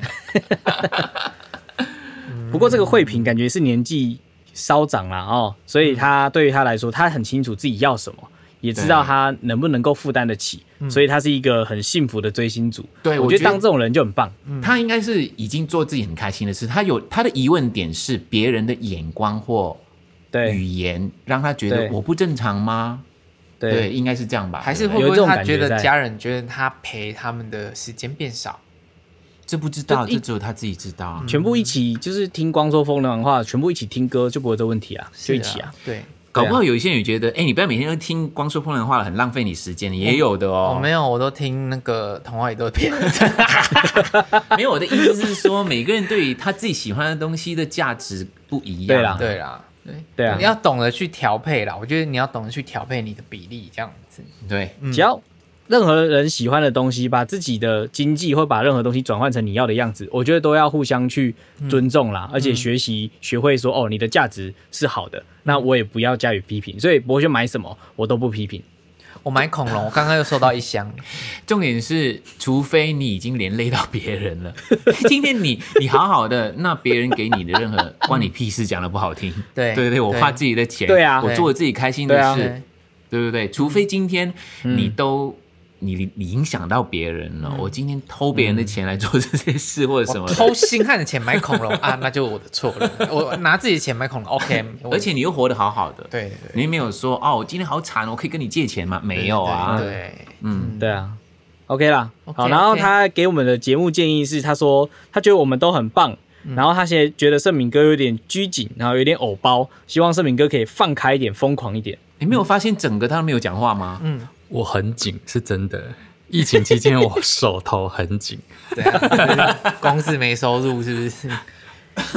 S4: 不过这个慧萍感觉是年纪稍长啦哦，所以他对于他来说，他很清楚自己要什么，也知道他能不能够负担得起，所以他是一个很幸福的追星族。
S2: 对
S4: 我
S2: 我
S4: 觉
S2: 觉
S4: 得
S2: 得嗯
S4: 当这种人就很棒。
S2: 他应该是已经做自己很开心的事，他有他的疑问点是别人的眼光或语
S4: 对
S2: 言让他觉
S4: 对
S2: 得我不正常吗？对，
S4: 对，
S2: 应该是这样吧，
S3: 还是
S2: 啊对不
S4: 有
S3: 会
S2: 对
S3: 不
S4: 这
S3: 会
S4: 种
S3: 他
S4: 感
S3: 觉
S4: 觉
S3: 得
S4: 在
S3: 家人觉得他陪他们的时间变少？
S2: 这不知道，
S4: 就一嗯
S2: 这只有他自己知道啊。
S4: 全部一起就是听光说风凉话，全部一起听歌就不会有这问题啊，就一起啊。，
S3: 对。
S2: 搞不好有一些人也觉得，哎，你不要每天都听光说风凉话了，很浪费你时间，
S4: 嗯
S2: 也有的
S3: 我、
S2: 哦。
S3: 没有，我都听那个童话宇宙 片。
S2: 没有，我的意思是说，每个人对于他自己喜欢的东西的价值不一样。
S4: 对啦
S3: 对啦，对
S4: 对啊
S3: 你要懂得去调配啦。我觉得你要懂得去调配你的比例，这样子。
S2: 对，
S4: 只要任何人喜欢的东西，把自己的经济或把任何东西转换成你要的样子，我觉得都要互相去尊重
S2: 嗯
S4: 啦，而且学习、学会说哦，你的价值是好的，那我也不要加以批评。所以博轩买什么我都不批评，
S3: 我买恐龙，我刚刚又收到一 箱。
S2: 重点是，除非你已经连累到别 人了。今天你你好好的，那别人给你的任何关你屁事，讲的不好听。
S3: 对
S2: 对对，我
S3: 对
S2: 花自己的钱，
S4: 对啊
S2: 我做我自己开心的
S4: 对啊
S2: 事，
S3: 对，嗯
S2: 对不对？除非今天你都、你你影响到别人了，我今天偷别人的钱来做这些事或者什么
S3: 我
S2: 的，
S3: 偷星汉的钱买恐龙 啊，那就我的错了。我拿自己的钱买恐龙，OK 我。
S2: 而且你又活得好好的，
S3: 对，对对
S2: 你没有说哦，我今天好惨，我可以跟你借钱吗？没有啊，
S3: 对对，
S2: 嗯，
S4: 对啊。OK 啦
S3: OK，
S4: 好，然后
S3: OK
S4: 他给我们的节目建议是，他说他觉得我们都很棒，
S2: 嗯
S4: 然后他现在觉得盛敏哥有点拘谨，然后有点偶包，希望盛敏哥可以放开一点，疯狂 一点。
S2: 你没有发现整个他都没有讲话吗？
S5: 我很紧，是真的。疫情期间我手头很紧，
S3: 对啊，就是公司没收入是不是？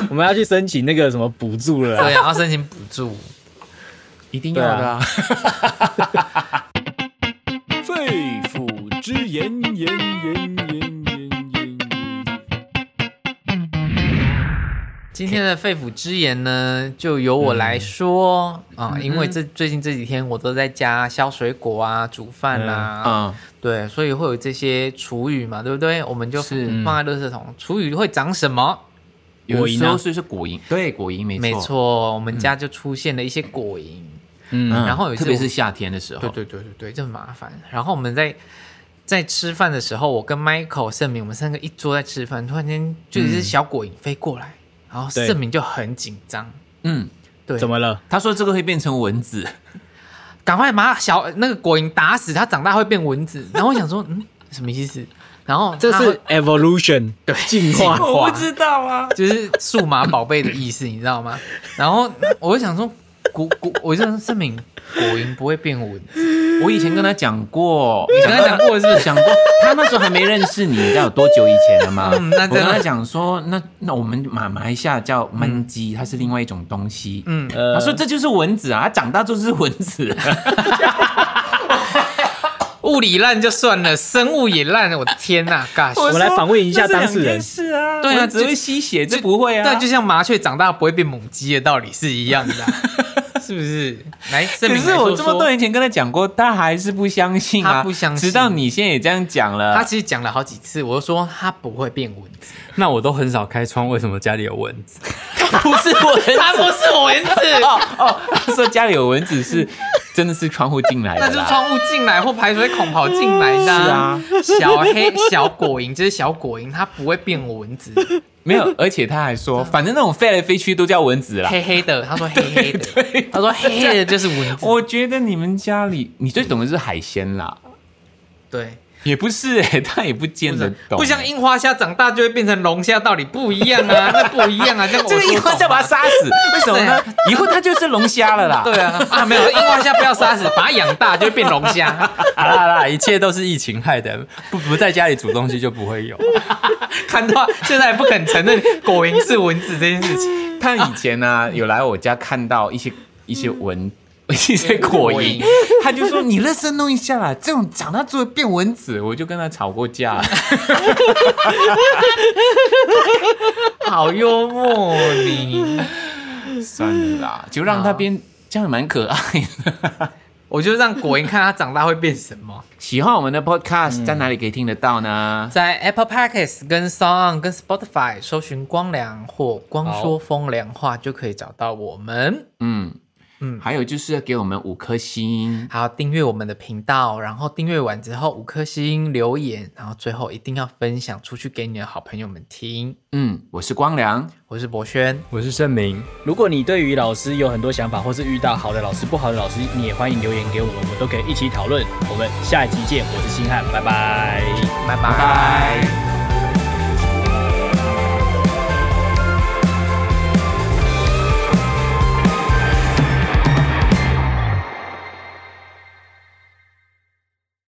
S4: 我们要去申请那个什么补助了啦。
S3: 对啊，要申请补助。
S2: 一定要的、啊，
S1: 肺腑之言，言言言言言言。
S3: 今天的肺腑之言呢，就由我来说啊，因为这最近这几天我都在家削水果啊、煮饭啊，
S2: 嗯，
S3: 对，所以会有这些厨余嘛，对不对？我们就是放在垃圾桶。厨余会长什么？
S2: 有
S4: 果
S2: 的
S4: 蝇
S2: 时候
S4: 啊
S2: 所以是果蝇，对，果蝇没错，
S3: 没，错，我们家就出现了一些果蝇。
S2: 嗯，
S3: 然后有一次
S2: 特别是夏天的时候，
S3: 对对对对对，这很麻烦。然后我们在在吃饭的时候，我跟 Michael、盛明，我们三个一桌在吃饭，突然间就有一只小果蝇飞过来，然后
S4: 对
S3: 盛明就很紧张。
S2: 嗯，
S3: 对，
S4: 怎么了？
S2: 他说这个会变成蚊子，
S3: 赶快把小那个果蝇打死，它长大会变蚊子。”然后我想说：“嗯，什么意思？”然后
S4: 这
S3: 它
S4: 是 evolution
S3: 对
S4: 进化，
S3: 我不
S1: 知道啊，
S3: 就是数码宝贝的意思，你知道吗？然后我就想说，果果，我就证明果蝇不会变蚊子。
S2: 我以前跟他讲过，
S3: 你跟他讲过是不是？
S2: 讲过，他那时候还没认识你，你知道有多久以前了吗？
S3: 嗯那
S2: 我
S3: 真的
S2: 跟他讲说，那那我们马马来西亚叫焖鸡，它是另外一种东西。嗯，
S1: 呃
S2: 他说这就是蚊子啊，它长大就是蚊 子。
S3: 物理烂就算了，生物也烂，我的天呐、啊、
S4: 我
S3: ，gosh！
S4: 们来访问一下当事人
S1: 是啊，
S3: 对啊，
S2: 蚊子
S3: 就
S2: 会吸血，这不会啊。
S3: 对，就像麻雀长大不会变母鸡的道理是一样的啊、是不是？来，证
S2: 可
S3: 明
S2: 是
S3: 来
S2: 我
S3: 说
S2: 这么
S3: 说
S2: 多年前跟他讲过，他还是不相信啊，
S3: 他不相信
S2: 直到你现在也这样讲了，
S3: 他其实讲了好几次，我就说他不会变蚊子，
S5: 那我都很少开窗，为什么家里有蚊子？
S2: 不是蚊子
S3: 他不是蚊子，
S2: 哦哦，他说家里有蚊子是真的是窗户进来
S3: 那
S2: 的
S3: 就是
S2: 啦。
S3: 窗户进来或排水孔跑进来的、是啊，小黑小果蝇，这是小果蝇，它不会变蚊子，
S2: 没有，而且他还
S3: 啊
S2: 说，反正那种飞来飞去都叫蚊子啦。
S3: 黑黑的，他说黑 黑的，他说黑黑的就是蚊子，
S2: 我觉得你们家里，你最懂的是海鲜啦，
S3: 对，
S2: 也不是哎、他也不见得懂，
S3: 不像樱花虾长大就会变成龙虾，道理不一样 啊，那不一样啊，这个我
S2: 这个
S3: 说
S2: 樱花
S3: 懂
S2: 虾把
S3: 啊
S2: 它杀死，为什么呢？以后它就是龙虾了啦。
S3: 对啊，啊没有樱花虾不要杀死，把它养大就会变龙虾。
S5: 好啦好啦，一切都是疫情害的，不不在家里煮东西就不会有。
S3: 看到现在还不肯承认果蝇是蚊子这件事情，
S2: 他以前呢、
S4: 啊
S2: 有来我家看到一
S4: 嗯
S2: 些一些蚊。一些果
S3: 果
S2: 蝇
S3: 蝇，
S2: 他就说你认真弄一下啦，这种长大之后变蚊子，我就跟他吵过架。
S4: 嗯
S3: 好幽默哦你。
S2: 算了
S4: 嗯
S2: 啦，就让他变，这样也蛮可爱的。
S3: 我就让果蝇看它长大会变什么。
S2: 喜欢我们的
S4: 嗯
S2: podcast，在哪里可以听得到呢？
S3: 在 Apple Podcasts、跟 s o n g 跟 Spotify 搜寻“光良”或“光说风凉话”就可以找到我们。
S2: 嗯嗯，
S3: 嗯
S2: 还有就是要给我们五颗星。
S3: 还有订阅我们的频道，然后订阅完之后五颗星留言，然后最后一定要分享出去给你的好朋友们听。
S2: 嗯，我是光良，
S3: 我是博轩，
S5: 我是盛明，
S4: 如果你对于老师有很多想法，或是遇到好的老师、不好的老师，你也欢迎留言给我们，我们都可以一起讨论。我们下一集见，我是星汉，拜拜。
S3: 拜拜